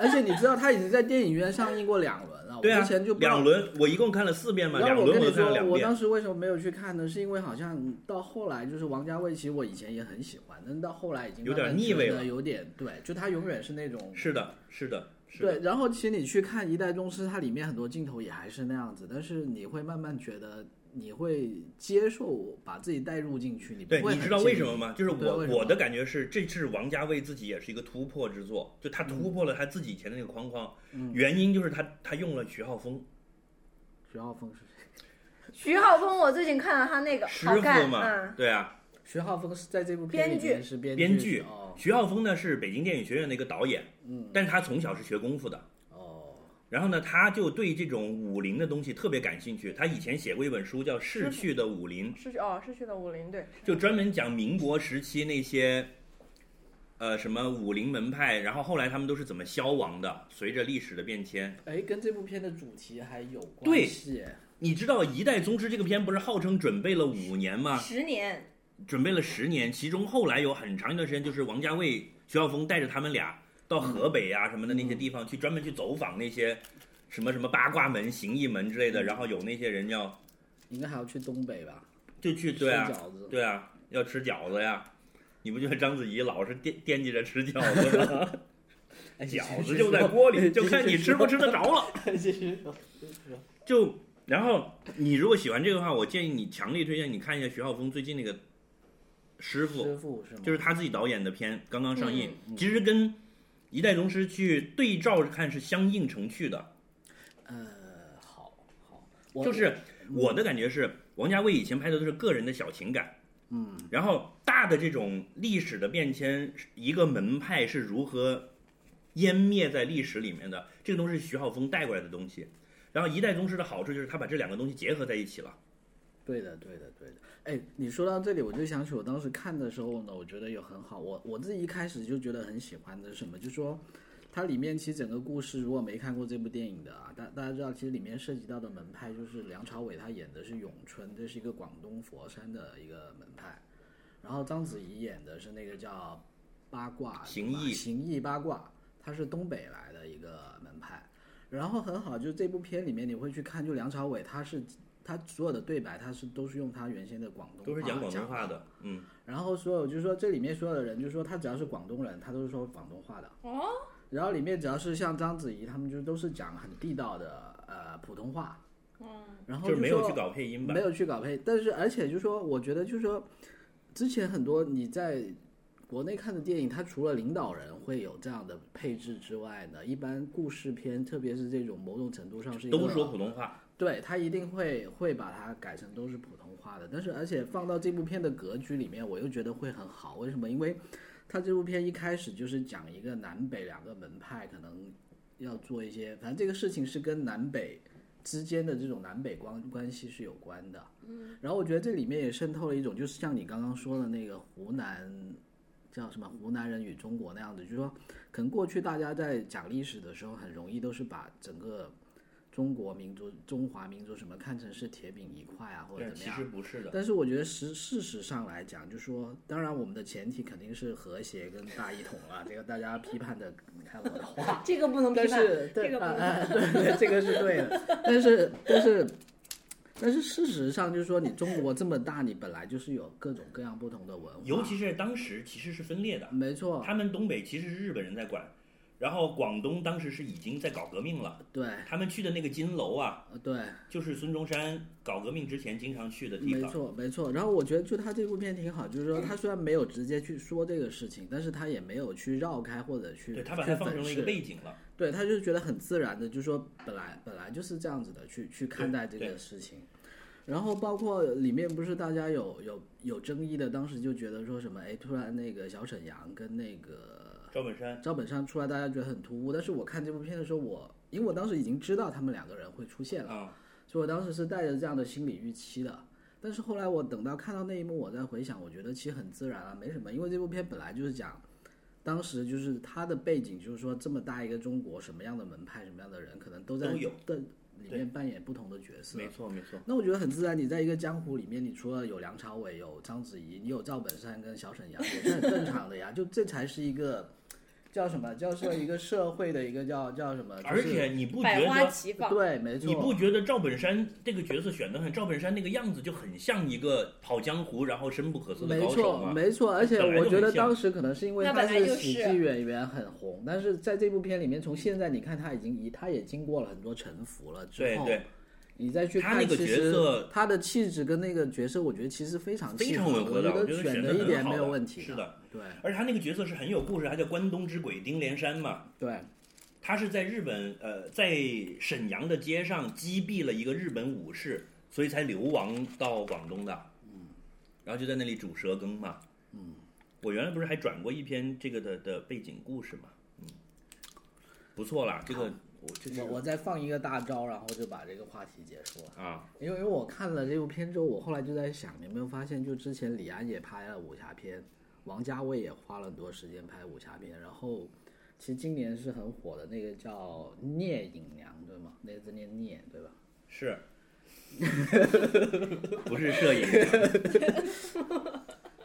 D: 而且你知道他已经在电影院上映过两轮了，
B: 对啊
D: 我之前就，不知道
B: 两轮，我一共看了四遍嘛，
D: 然
B: 两
D: 后我
B: 轮
D: 跟你
B: 都看了
D: 说，
B: 两
D: 我
B: 遍
D: 当。时为什么没有去看呢？是因为好像到后来就是王家卫，其实我以前也很喜欢，但是到后来已经
B: 有点
D: 慢慢
B: 腻味
D: 觉得
B: 了
D: 有点对，就他永远是那种
B: 是的，是的，是
D: 对，
B: 的，
D: 然后其实你去看《一代宗师》，它里面很多镜头也还是那样子，但是你会慢慢觉得，你会接受把自己带入进去，你不
B: 对，
D: 会
B: 你知道
D: 很
B: 为
D: 介
B: 什
D: 意
B: 么吗？就是
D: 对
B: 我
D: 为什么
B: 我的感觉是，这是王家卫自己也是一个突破之作，就他
D: 嗯
B: 突破了他自己以前的那个框框。原因就是他他用了徐浩峰
D: 徐浩峰是谁？
C: 徐浩峰，我最近看了他那个
B: 师
C: 好
B: 傅
C: 看，
B: 嘛，
C: 嗯，
B: 对啊，
D: 徐浩峰是在这部片里
C: 编剧
D: 面是编
B: 编
D: 剧
B: 剧
D: 哦
B: 徐浩峰呢是北京电影学院的一个导演，
D: 嗯
B: 但是他从小是学功夫的，
D: 哦，
B: 然后呢，他就对这种武林的东西特别感兴趣。他以前写过一本书叫《逝去的武林
C: 是去哦，是去的武林，对，》，
B: 就专门讲民国时期那些，呃，什么武林门派，然后后来他们都是怎么消亡的，随着历史的变迁。
D: 哎，跟这部片的主题还有关
B: 对
D: 系耶。
B: 你知道《一代宗师》这个片不是号称准备了五年吗？
C: 十年，
B: 准备了十年，其中后来有很长一段时间，就是王家卫、徐浩峰带着他们俩到河北啊什么的那些地方去，专门去走访那些什么什么八卦门、形意门之类的，
D: 嗯
B: 然后有那些人要
D: 应该还要去东北吧？
B: 就去对啊
D: 吃，饺子。
B: 对啊，要吃饺子呀。你不觉得章子怡老是惦惦记着吃饺子吗？
D: 哎
B: 饺子 就在 锅里，就看你吃不。吃得着了。
D: 继续说
B: 就然后你如果喜欢这个的话，我建议你强烈推荐你看一下徐浩峰最近那个《师傅》，
D: 师傅是吗？
B: 就是他自己导演的片，刚刚上映，
D: 嗯
B: 其实跟《一代宗师》去对照着看是相映成趣的。
D: 呃，好好，我
B: 就是我的感觉是，王家卫以前拍的都是个人的小情感，嗯，然后大的这种历史的变迁，一个门派是如何湮灭在历史里面的，这个东西是徐浩峰带过来的东西。然后《一代宗师》的好处就是他把这两个东西结合在一起了。
D: 对的，对的，对的。哎，你说到这里，我就想起我当时看的时候呢，我觉得也很好。我我自己一开始就觉得很喜欢的是什么，就说它里面其实整个故事，如果没看过这部电影的啊，大大家知道，其实里面涉及到的门派就是梁朝伟他演的是咏春，这是一个广东佛山的一个门派，然后章子怡演的是那个叫八卦
B: 形
D: 对吧
B: 意
D: 形意八卦，它是东北来的一个门派。然后很好，就这部片里面你会去看，就梁朝伟他是他所有的对白，他是都是用他原先的广东话
B: 都是讲广东话
D: 的。
B: 的，嗯，
D: 然后所有就是说这里面所有的人，就是说他只要是广东人，他都是说广东话的。
C: 哦，
D: 然后里面只要是像章子怡他们，就都是讲很地道的呃普通话。嗯，然后
B: 就是没有
D: 说
B: 去搞配音版
D: 没，有去搞配，但是而且就说，我觉得就是说，之前很多你在国内看的电影，它除了领导人会有这样的配置之外呢，一般故事片，特别是这种某种程度上是一个
B: 都说普通话。
D: 对他一定会会把它改成都是普通话的，但是而且放到这部片的格局里面，我又觉得会很好。为什么？因为他这部片一开始就是讲一个南北两个门派可能要做一些，反正这个事情是跟南北之间的这种南北关关系是有关的。嗯，然后我觉得这里面也渗透了一种，就是像你刚刚说的那个湖南叫什么湖南人与中国那样子，就是说可能过去大家在讲历史的时候，很容易都是把整个中国民族、中华民族什么看成是铁饼一块啊，或者
B: 但
D: 怎么
B: 其
D: 样
B: 实。不是的，
D: 但是我觉得实事实上来讲，就说，当然我们的前提肯定是和谐跟大一统啊，这个大家批判的看我的话，
C: 这个不能批
D: 但
C: 判，
D: 是对
C: 这个不能
D: 啊
C: 批
D: 啊对对，这个是对的，但是但是。但是事实上，就是说，你中国这么大，你本来就是有各种各样不同的文化，
B: 尤其是当时其实是分裂的，
D: 没错，
B: 他们东北其实是日本人在管，然后广东当时是已经在搞革命了，
D: 对
B: 他们去的那个金楼啊，
D: 对，
B: 就是孙中山搞革命之前经常去的地
D: 没
B: 方。
D: 错，没错。然后我觉得就他这部片挺好，就是说他虽然没有直接去说这个事情，但是他也没有去绕开或者去
B: 对他把它
D: 去
B: 放
D: 粉
B: 成了一
D: 饰
B: 个背景了，
D: 对他就觉得很自然的，就说本来本来就是这样子的去去看待这
B: 对
D: 个事情。然后包括里面不是大家有有有争议的，当时就觉得说什么，哎，突然那个小沈阳跟那个
B: 赵本山
D: 赵本山出来，大家觉得很突兀。但是我看这部片的时候，我因为我当时已经知道他们两个人会出现了。
B: 啊，
D: 所以我当时是带着这样的心理预期的。但是后来我等到看到那一幕，我再回想，我觉得其实很自然啊，没什么，因为这部片本来就是讲，当时就是它的背景，就是说这么大一个中国，什么样的门派，什么样的人，可能都在
B: 都有
D: 的里面扮演不同的角色。
B: 没错没错，
D: 那我觉得很自然，你在一个江湖里面，你除了有梁朝伟、有章子怡，你有赵本山跟小沈阳，也是很正常的呀。就这才是一个叫什么？叫是一个社会的一个叫叫什么？就是
B: 而且你不觉
C: 百花
B: 得
C: 齐放，
D: 对，没错，
B: 你不觉得赵本山这个角色选的很？赵本山那个样子就很像一个跑江湖然后深不可测的
D: 没
B: 高手
D: 错，
B: 嘛。
D: 没错，而且
B: 本来就啊
D: 我觉
B: 很
D: 得
B: 像
D: 当时可能是因为
C: 那
D: 他
C: 本来
D: 是
C: 就是
D: 喜剧演员很红，但是在这部片里面，从现在你看他已经一他也经过了很多沉浮了之
B: 对
D: 后，
B: 对，
D: 你再去
B: 他
D: 看
B: 那个
D: 其
B: 角
D: 实
B: 色
D: 他的气质跟那个角色，我觉得其实非常
B: 非
D: 契
B: 常吻合的
D: 我
B: 我觉得
D: 得选
B: 选
D: 的
B: 得
D: 一
B: 很
D: 点
B: 好
D: 没有
B: 的
D: 问题。
B: 是，的，
D: 对
B: 而且他那个角色是很有故事，他叫关东之鬼丁连山嘛。
D: 对，
B: 他是在日本呃，在沈阳的街上击毙了一个日本武士，所以才流亡到广东的。嗯，然后就在那里煮蛇羹嘛。嗯，我原来不是还转过一篇这个的的背景故事嘛。嗯，不错啦，这个我就是
D: 我我再放一个大招，然后就把这个话题结束了。
B: 啊，
D: 因为因为我看了这部片之后，我后来就在想，你有没有发现，就之前李安也拍了武侠片，王家卫也花了很多时间拍武侠片，然后其实今年是很火的那个叫《聂隐娘》，对吗？那个字念聂，对吧？
B: 是，不是摄影？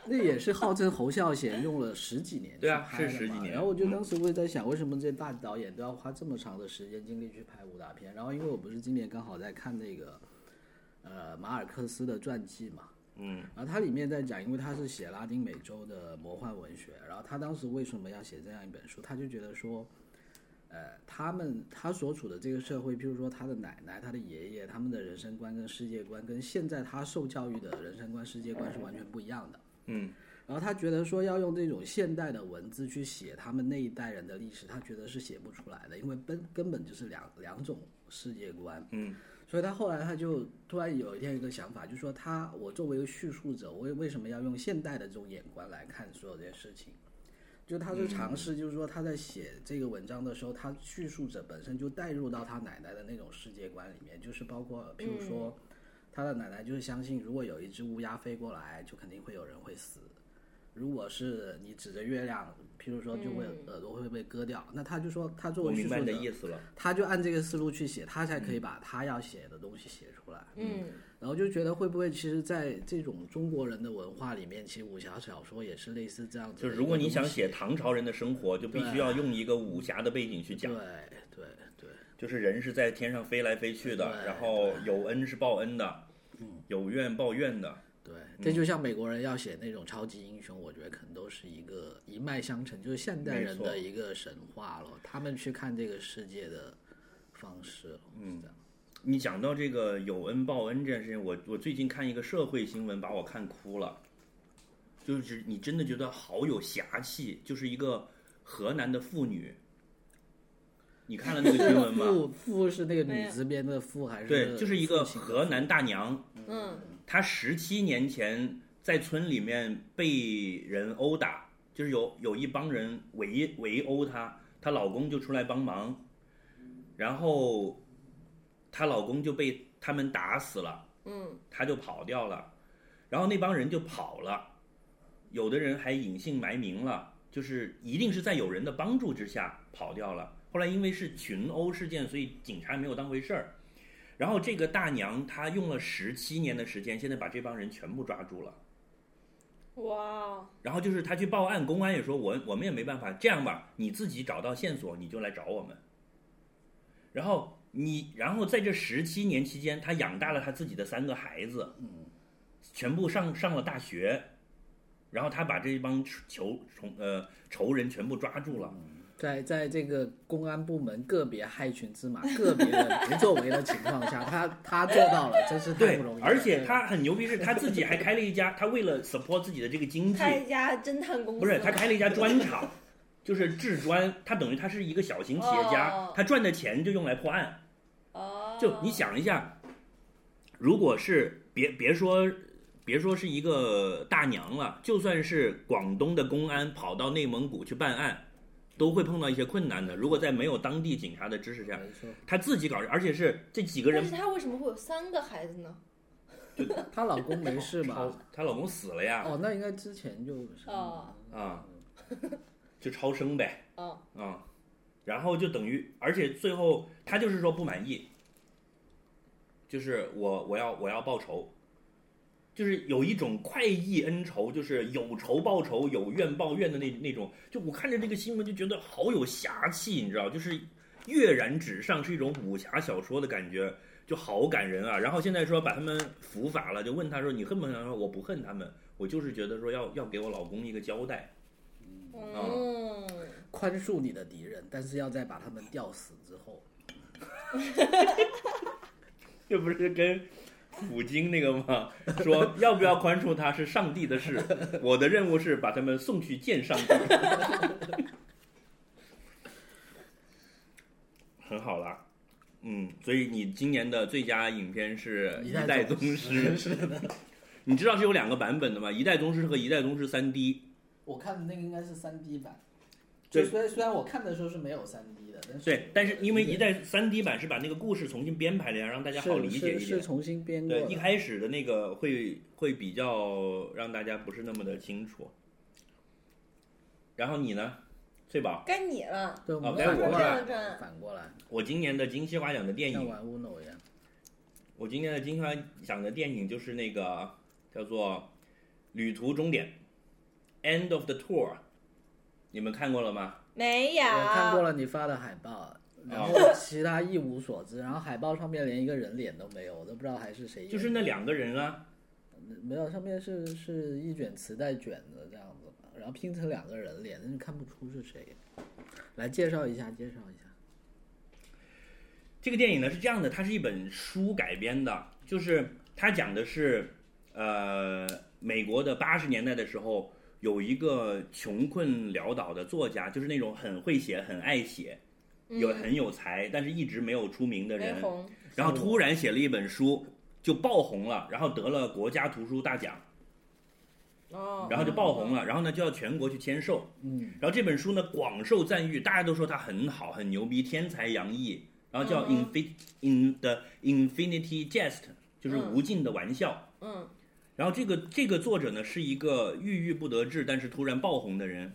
D: 那也是号称侯孝贤用了十几年去
B: 对啊
D: 拍的嘛
B: 是十几年嗯
D: 然后我就当时我也在想，为什么这些大导演都要花这么长的时间精力去拍武打片？然后因为我不是今年刚好在看那个，呃，马尔克斯的传记嘛，
B: 嗯，
D: 然后它里面在讲，因为他是写拉丁美洲的魔幻文学，然后他当时为什么要写这样一本书？他就觉得说，呃，他们他所处的这个社会，譬如说他的奶奶、他的爷爷，他们的人生观跟世界观，跟现在他受教育的人生观、世界观是完全不一样的。
B: 嗯，
D: 然后他觉得说要用这种现代的文字去写他们那一代人的历史，他觉得是写不出来的，因为根根本就是两两种世界观。
B: 嗯，
D: 所以他后来他就突然有一天有一个想法，就说他我作为一个叙述者，我为为什么要用现代的这种眼光来看所有这些事情？就他
B: 嗯
D: 是尝试，就是说他在写这个文章的时候，他叙述者本身就带入到他奶奶的那种世界观里面，就是包括譬如说，
B: 嗯
D: 他的奶奶就是相信，如果有一只乌鸦飞过来，就肯定会有人会死；如果是你指着月亮，譬如说就会
C: 嗯
D: 耳朵会被割掉。那他就说，他作
B: 我
D: 为叙
B: 明
D: 述
B: 白你的
D: 者，
B: 意思了。
D: 他就按这个思路去写，他才可以把他要写的东西写出来。
C: 嗯，
D: 然后就觉得会不会，其实，在这种中国人的文化里面，其实武侠小说也是类似这样子
B: 就
D: 的一个东西。
B: 是如果你想写唐朝人的生活，就必须要用一个武侠的背景去讲
D: 对。对对，
B: 就是人是在天上飞来飞去的，
D: 对嗯
B: 然后有恩是报恩的，有怨报怨的。
D: 对，这就像美国人要写那种超级英雄，我觉得可能都是一个一脉相承，就是现代人
B: 没错
D: 的一个神话了。他们去看这个世界的方式了，嗯，
B: 你讲到这个有恩报恩这件事情，我我最近看一个社会新闻，把我看哭了。就是你真的觉得好有侠气，就是一个河南的妇女，你看了那个新闻 吗？
D: 父父是那个
C: 没
D: 女
C: 有
D: 字边的父还是
B: 对，就是一个
D: 父亲的
B: 河南大娘，
C: 嗯，
B: 她十七年前在村里面被人殴打，就是有有一帮人围围殴她，她老公就出来帮忙，然后她老公就被他们打死了，
C: 嗯，
B: 她就跑掉了，然后那帮人就跑了，有的人还隐姓埋名了，就是一定是在有人的帮助之下跑掉了。后来因为是群殴事件，所以警察没有当回事儿。然后这个大娘她用了十七年的时间，现在把这帮人全部抓住了。
C: 哇，
B: 然后就是他去报案，公安也说我我们也没办法，这样吧，你自己找到线索你就来找我们。然后你，然后在这十七年期间，他养大了他自己的三个孩子，嗯，全部上上了大学，然后他把这帮仇仇呃仇人全部抓住了，
D: 嗯在在这个公安部门个别害群之马、个别的不作为的情况下，他他做到了，真是太
B: 对
D: 不容易，了。
B: 而且他很牛逼，是他自己还开了一家，他为了 support 自己的这个经济，
C: 开一家侦探公司，
B: 不是，他开了一家砖厂，就是制砖，他等于他是一个小型企业家
C: 哦，
B: 他赚的钱就用来破案。
C: 哦，
B: 就你想一下，如果是别别说别说是一个大娘了，就算是广东的公安跑到内蒙古去办案，都会碰到一些困难的。如果在没有当地警察的支持下，
D: 没错，
B: 他自己搞，而且是这几个
C: 但
B: 人
C: 是，他为什么会有三个孩子呢？
D: 她老公没事
B: 超
D: 吧？
B: 她老公死了呀，
D: 哦，那应该之前就
C: 哦
B: 啊，就超生呗。
C: 哦，
B: 啊、然后就等于，而且最后他就是说不满意，就是我我要我要报仇，就是有一种快意恩仇，就是有仇报仇，有怨报怨的那那种。就我看着这个新闻就觉得好有侠气，你知道，就是跃然纸上，是一种武侠小说的感觉，就好感人啊。然后现在说把他们伏法了，就问他说你恨不恨他？他说我不恨他们，我就是觉得说要要给我老公一个交代。
C: 嗯，
D: 宽恕你的敌人，但是要在把他们吊死之后。
B: 这不是跟普京那个吗？说要不要宽恕他是上帝的事，我的任务是把他们送去见上帝。很好啦，嗯，所以你今年的最佳影片是《一
D: 一
B: 代
D: 代
B: 宗
D: 宗
B: 师》，你知道是有两个版本的吗？《一代宗师》和《一代宗师三 D》。
D: 我看的那个应该是三 D 版，
B: 对
D: 就虽然虽然我看的时候是没有三 D 的，但是
B: 对，但是因为《一代三 D 版》是把那个故事重新编排了呀，让大家好理解一点。
D: 是是是重新编过
B: 对，一
D: 的。
B: 开始的那个会会比较让大家不是那么的清楚。然后你呢，翠宝？
C: 该你了。
D: 对，我们
B: 该
D: 反
B: 我
D: 过
C: 了
D: 来，反过来，
B: 我今年的金西华奖的电
D: 像
B: 影，
D: 玩 Uno 一样。
B: 我今年的金西华奖的电影就是那个叫做《旅途终点》（End of the Tour），你们看过了吗？
C: 没有，
D: 我看过了你发的海报，
B: 啊
D: 然后其他一无所知，然后海报上面连一个人脸都没有，我都不知道还是谁演的。
B: 就是那两个人啊，
D: 没有，上面是是一卷磁带卷的这样子嘛，然后拼成两个人脸，但是看不出是谁。来介绍一下，介绍一下。
B: 这个电影呢是这样的，它是一本书改编的，就是它讲的是，呃，美国的八十年代的时候，有一个穷困潦倒的作家，就是那种很会写、很爱写、有很有才，但是一直没有出名的人
C: 嗯没，红，
B: 然后突然写了一本书，就爆红了，然后得了国家图书大奖，
C: 哦，
B: 然后就爆红了，然后呢就要全国去签售，
D: 嗯，
B: 然后这本书呢广受赞誉，大家都说它很好，很牛逼，天才洋溢。然后叫
C: 嗯
B: Infin In the Infinity Jest，就是无尽的玩笑。
C: 嗯，
B: 然后这个这个作者呢是一个郁郁不得志，但是突然爆红的人。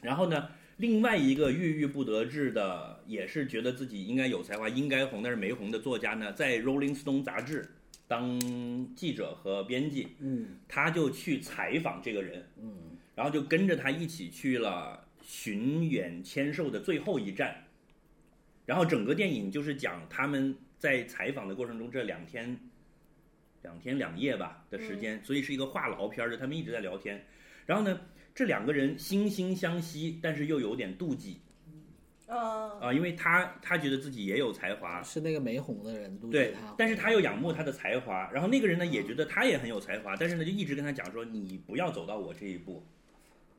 B: 然后呢，另外一个郁郁不得志的，也是觉得自己应该有才华、应该红但是没红的作家呢，在《Rolling Stone》杂志当记者和编辑。
D: 嗯
B: 他就去采访这个人，
D: 嗯，
B: 然后就跟着他一起去了巡演签售的最后一站，然后整个电影就是讲他们在采访的过程中这两天，两天两夜吧的时间，所以是一个话痨片儿的，他们一直在聊天，然后呢，这两个人惺惺相惜，但是又有点妒忌
C: 嗯，
B: 啊、因为他他觉得自己也有才华，
D: 是那个没红的人录
B: 对
D: 给他，，嗯
B: 但是他又仰慕他的才华，然后那个人呢也觉得他也很有才华，但是呢就一直跟他讲说你不要走到我这一步，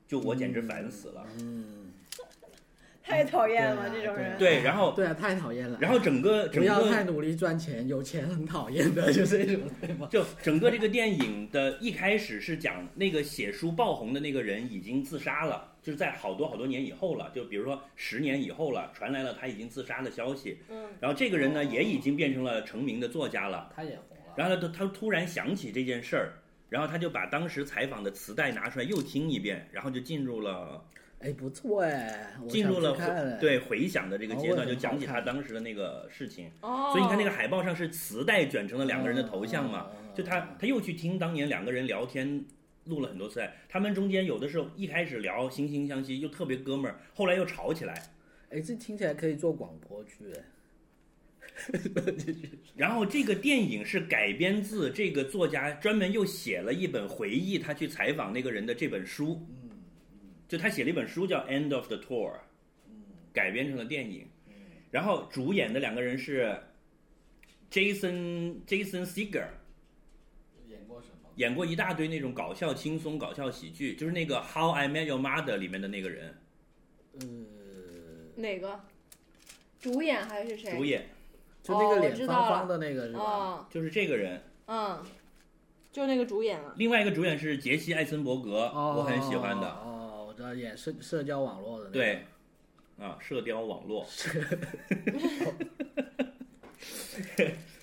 B: 就我简直烦死了。
D: 嗯，
C: 太讨厌了
D: 对啊
C: 这种人。
B: 对，然后
D: 对啊，太讨厌了。
B: 然后整个
D: 不
B: 整
D: 要太
B: 个
D: 努力赚钱，有钱很讨厌的，就这种，对吗？
B: 就整个这个电影的一开始是讲那个写书爆红的那个人已经自杀了，就是在好多好多年以后了，就比如说十年以后了，传来了他已经自杀的消息，
C: 嗯
B: 然后这个
D: 哦
B: 人呢也已经变成了成名的作家了。
D: 他也红了。
B: 然后他他突然想起这件事儿，然后他就把当时采访的磁带拿出来又听一遍，然后就进入了
D: 哎，不错哎，我
B: 进入
D: 想去
B: 了
D: 看哎了
B: 回对回想的这个阶
D: 哦我
B: 段，
D: 也
B: 就
D: 很
B: 讲起
D: 好
B: 他
D: 看
B: 当时的那个事情。
C: 哦，
B: 所以你看那个海报上是磁带卷成了两个人的头像嘛，
D: 嗯
B: 就他他又去听当年两个人聊天。录了很多次，他们中间有的时候一开始聊惺惺相惜，又特别哥们儿，后来又吵起来，
D: 哎，这听起来可以做广播剧哎。
B: 然后这个电影是改编自这个作家专门又写了一本回忆他去采访那个人的这本书，
D: 嗯
B: 就他写了一本书叫《End of the Tour》，改编成了电影。
D: 嗯
B: 然后主演的两个人是 Jason Jason Segel，
E: 演过什么？
B: 演过一大堆那种搞笑轻松、搞笑喜剧，就是那个《How I Met Your Mother》里面的那个人
D: 呃，
C: 哪个主演还是谁？
B: 主演，
D: 就那
C: 哦
D: 个
C: 我
D: 脸
C: 知
D: 方
C: 道
D: 方的那个是吧？
C: 哦，
B: 就是这个人。
C: 嗯，就是那个主演啊了。
B: 另外一个主演是杰西·艾森伯格，我很喜欢的
D: 哦，我知道演社社交网络的那个。
B: 对啊，《射雕网络》。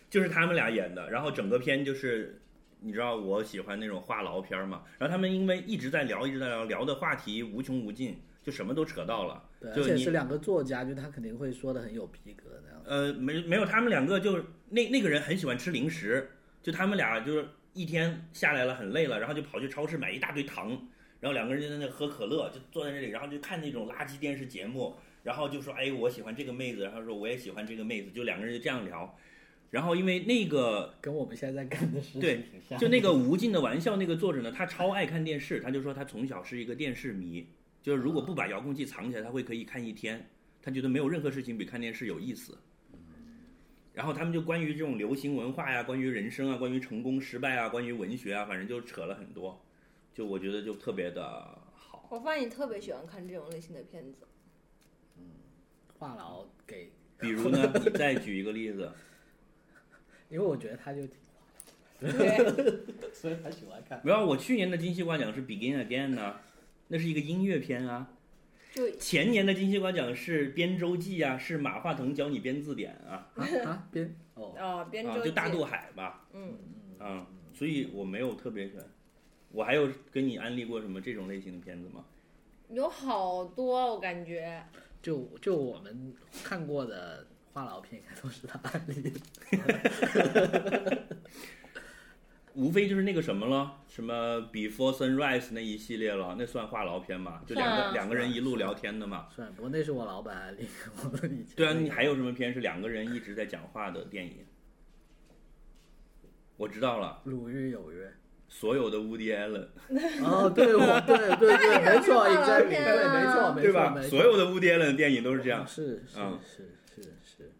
B: 就是他们俩演的，然后整个片就是，你知道我喜欢那种话痨片儿嘛，然后他们因为一直在聊，一直在聊，聊的话题无穷无尽，就什么都扯到了，
D: 对，
B: 就
D: 而且
B: 你
D: 是两个作家，就他肯定会说的很有逼格那样。
B: 呃，没没有，他们两个就是那那个人很喜欢吃零食，就他们俩就是一天下来了很累了，然后就跑去超市买一大堆糖，然后两个人就在那喝可乐，就坐在那里，然后就看那种垃圾电视节目，然后就说哎我喜欢这个妹子，然后说我也喜欢这个妹子，就两个人就这样聊。然后因为那个
D: 跟我们现在干的事情
B: 对
D: 挺像
B: 就那个无尽的玩笑，那个作者呢，他超爱看电视，他就说他从小是一个电视迷，就是如果不把遥控器藏起来，他会可以看一天，他觉得没有任何事情比看电视有意思。然后他们就关于这种流行文化呀，关于人生啊，关于成功失败啊，关于文学啊，反正就扯了很多，就我觉得就特别的好。
C: 我发现你特别喜欢看这种类型的片 子，
D: 话痨给，
B: 比如呢，你再举一个例子，
D: 因为我觉得他就挺，
C: 对，
D: 所以他喜欢看。
B: 没有，我去年的金西瓜奖是《Begin Again》呢，那是一个音乐片啊。
C: 就
B: 前年的金西瓜奖是编周记啊，是马化腾教你编字典啊，
D: 啊啊编哦，
C: 啊边
B: 啊
C: 周、，
B: 就大渡海吧，
C: 嗯，
B: 啊，所以我没有特别喜欢。我还有跟你安利过什么这种类型的片子吗？
C: 有好多我感觉，
D: 就就我们看过的话痨片应该都是他案例的。
B: 无非就是那个什么了，什么 Before Sunrise 那一系列了，那算话痨片嘛？就两
C: 算
B: 个
C: 啊
B: 两个人一路聊天的嘛。
D: 算了，不过那是我老板案例，我们以前
B: 对啊，你还有什么片是两个人一直在讲话的电影？我知道了，
D: 鲁豫有约。
B: 所有的 Woody Allen，
D: 哦，对，我对 对对，没错，
C: 那
D: 一
C: 你
D: 在
C: 怎么
D: 明
C: 知道
D: 对，没错，没错，
B: 对吧？
D: 没错
B: 所有的 Woody Allen 的电影都是这样。
D: 是是
B: 嗯
D: 是是是，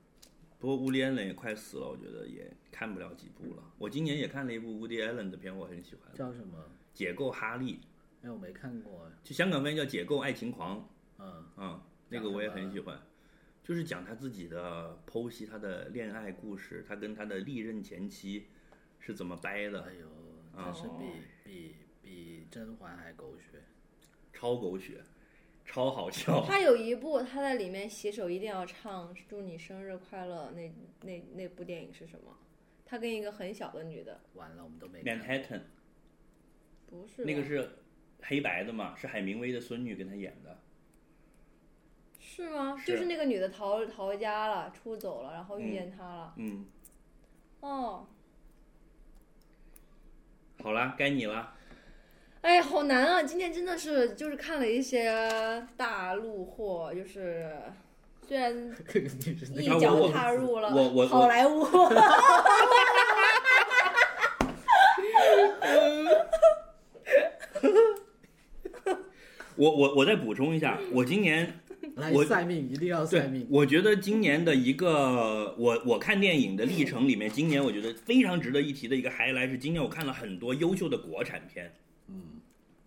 B: 不过乌迪安伦也快死了，我觉得也看不了几部了。我今年也看了一部乌迪安伦的片，我很喜欢，《
D: 叫什么？
B: 解构哈利
D: 哎，我没看过，》，
B: 就香港翻译叫《解构爱情狂
D: 嗯》，
B: 嗯，那个我也很喜欢，就是讲他自己的剖析他的恋爱故事，他跟他的历任前妻是怎么掰的哦
D: 哎，呦，真是比比比甄嬛还狗血，
B: 超狗血，超好笑。
C: 他有一部他在里面携手一定要唱“祝你生日快乐”那那那部电影是什么？他跟一个很小的女的，
D: 完了我们都没看 过。
B: Manhattan
C: 不是吧
B: 那个是黑白的嘛，是海明威的孙女跟他演的，
C: 是吗？
B: 是
C: 就是那个女的逃逃家了，出走了，然后遇见他了。
B: 嗯，
C: 哦，
B: 好啦，该你啦。
C: 哎呀，好难啊！今天真的是就是看了一些大陆货，就是虽然
D: 你是
C: 一
B: 啊
D: 那个
B: 我
C: 脚
B: 我
C: 踏入了
B: 我我
C: 好莱 坞，嗯
B: 我我我再补充一下，我今年
D: 来
B: 我
D: 算命，一定要
B: 对
D: 算，命。
B: 我觉得今年的一个我我看电影的历程里面，今年我觉得非常值得一提的一个 highlight 是，今年我看了很多优秀的国产片，
D: 嗯，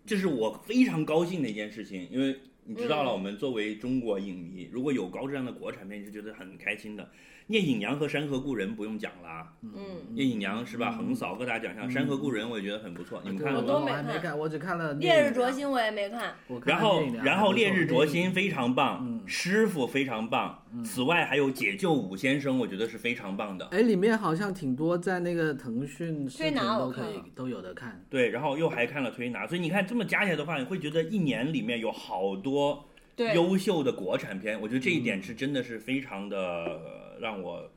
B: 这是我非常高兴的一件事情，因为你知道了，
C: 嗯
B: 我们作为中国影迷，如果有高质量的国产片，你是觉得很开心的。聂隐娘和《山河故人》不用讲啦，
C: 嗯，
B: 聂隐娘是吧？横扫各大奖项，
D: 嗯啊
B: 山河故人》我也觉得很不错，你们
D: 对
B: 看了
D: 我
B: 吗？
C: 都
D: 我
C: 没
D: 还没
C: 看
D: 看，我只看了《
C: 《烈日
B: 啊
C: 灼》，心》我也没看，
D: 我看啊
B: 然
D: 了
B: 后
D: 聂隐，娘
B: 然后《烈日灼心》非常棒，
D: 嗯
B: 师傅非常棒。此外，还有《解救武先生》，我觉得是非常棒的。
D: 哎，里面好像挺多，在那个腾讯视
C: 推
D: 频
C: 拿
D: 都
C: 我
D: 可
C: 看
D: 以
C: 了
D: 都有的看。
B: 对，然后又还看了推拿，所以你看这么加起来的话，你会觉得一年里面有好多优秀的国产片，我觉得这一
D: 嗯
B: 点是真的是非常的呃让我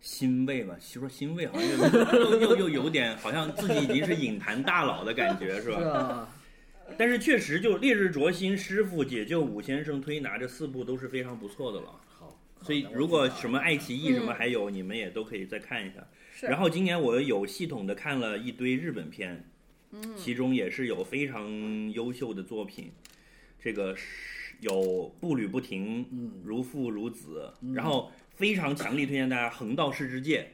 B: 欣慰吧。说欣慰 好像又又又又有点好像自己已经是影坛大佬的感觉，是吧？
D: 啊，
B: 但是确实就《烈日灼心》、《师傅》、《解救武先生》、《推拿》这四部都是非常不错的了。
D: 好。
B: 所以
D: 好的
B: 如果
D: 我知道
B: 什么爱奇艺
C: 嗯
B: 什么还有，你们也都可以再看一下。
C: 是
B: 然后今年我有系统的看了一堆日本片，其中也是有非常优秀的作品，这个是有步履不停，
D: 嗯
B: 如父如子，然后非常强力推荐大家《横道世之介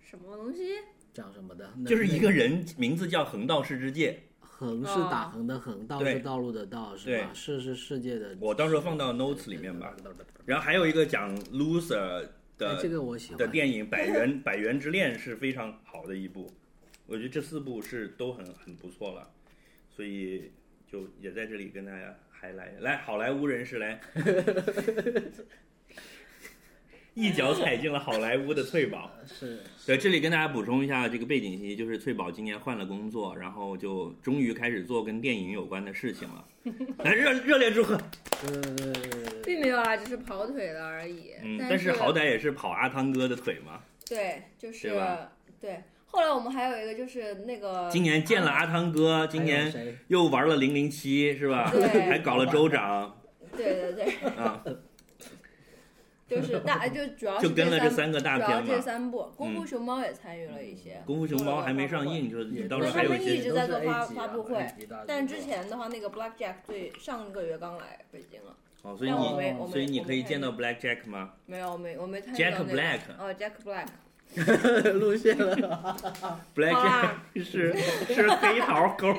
C: 什么东西？
D: 讲什么的，》，
B: 就是一个
D: 那
B: 人名字叫横道世之介，
D: 横是
C: 哦
D: 打横的横，道
B: 对
D: 是道路的道，是
B: 对
D: 吧？世是世界的。
B: 我到时候放到
D: 对
B: notes 里面吧。
D: 对对对对对
B: 然后还有一个讲 loser
D: 哎
B: 的
D: 这个我喜欢
B: 的电影《百 元百元之恋》是非常好的一部，我觉得这四部是都很很不错了，所以就也在这里跟大家还来来好莱坞人士 来，一脚踩进了好莱坞的翠宝。
D: 是
B: 对，这里跟大家补充一下这个背景信息，就是翠宝今年换了工作，然后就终于开始做跟电影有关的事情了， 来热热烈祝贺！
D: 对对对对对对，
C: 并没有啊啦，只是跑腿了而已。
B: 嗯，
C: 但
B: 但是好歹也是跑阿汤哥的腿嘛，
C: 对，就是
B: 对吧
C: 对后来我们还有一个就是那个
B: 今年见了阿汤哥，今
D: 还有
B: 年
D: 谁？
B: 又玩了零零七，是吧？
C: 对
B: 还搞了州长
C: 对对对，
B: 啊，
C: 就是大就主要
B: 就是跟了这
C: 这三
B: 三个大
C: 主要
B: 片
C: 这
B: 嘛。嗯
C: 三部，《功夫熊猫》也参与了一些，
B: 功夫熊猫还没上映，就是你到时候还有一
C: 他们一
B: 些
C: 直在做发
D: 都是 A 级啊
C: 发布会
D: A 级大制作
C: 但之前的话，那个 Black Jack 最上个月刚来北京了，
B: 哦，所以
C: 但我没
B: 你
C: 我没
B: 所以你可以
C: 我没
B: 见到 Black Jack 吗？
C: 没有，我没我没参与
B: Jack
C: 到那个
B: Black
C: 哦，Jack Black，
D: 露馅 了，
B: Black
C: 好
B: Jack
C: 啦
B: 是是黑桃勾，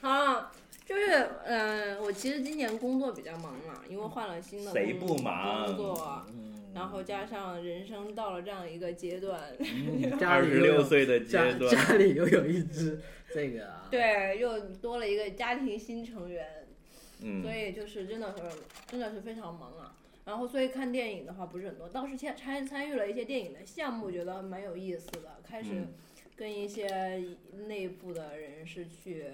C: 好啦，就是嗯、呃我其实今年工作比较忙嘛，因为换了新的
B: 谁
C: 工
B: 不忙
C: 工作，
B: 嗯
C: 然后加上人生到了这样一个阶段，
D: 嗯家
B: 二
D: 里
B: 十
D: 又
B: 六
D: 有
B: 岁的阶
D: 家
B: 段，
D: 家里又有一只这个啊，
C: 对，又多了一个家庭新成员，
B: 嗯
C: 所，以就是真的是真的是非常忙啊。然后所以看电影的话不是很多，倒是参参参与了一些电影的项目，觉得蛮有意思的。开始
B: 嗯
C: 跟一些内部的人士去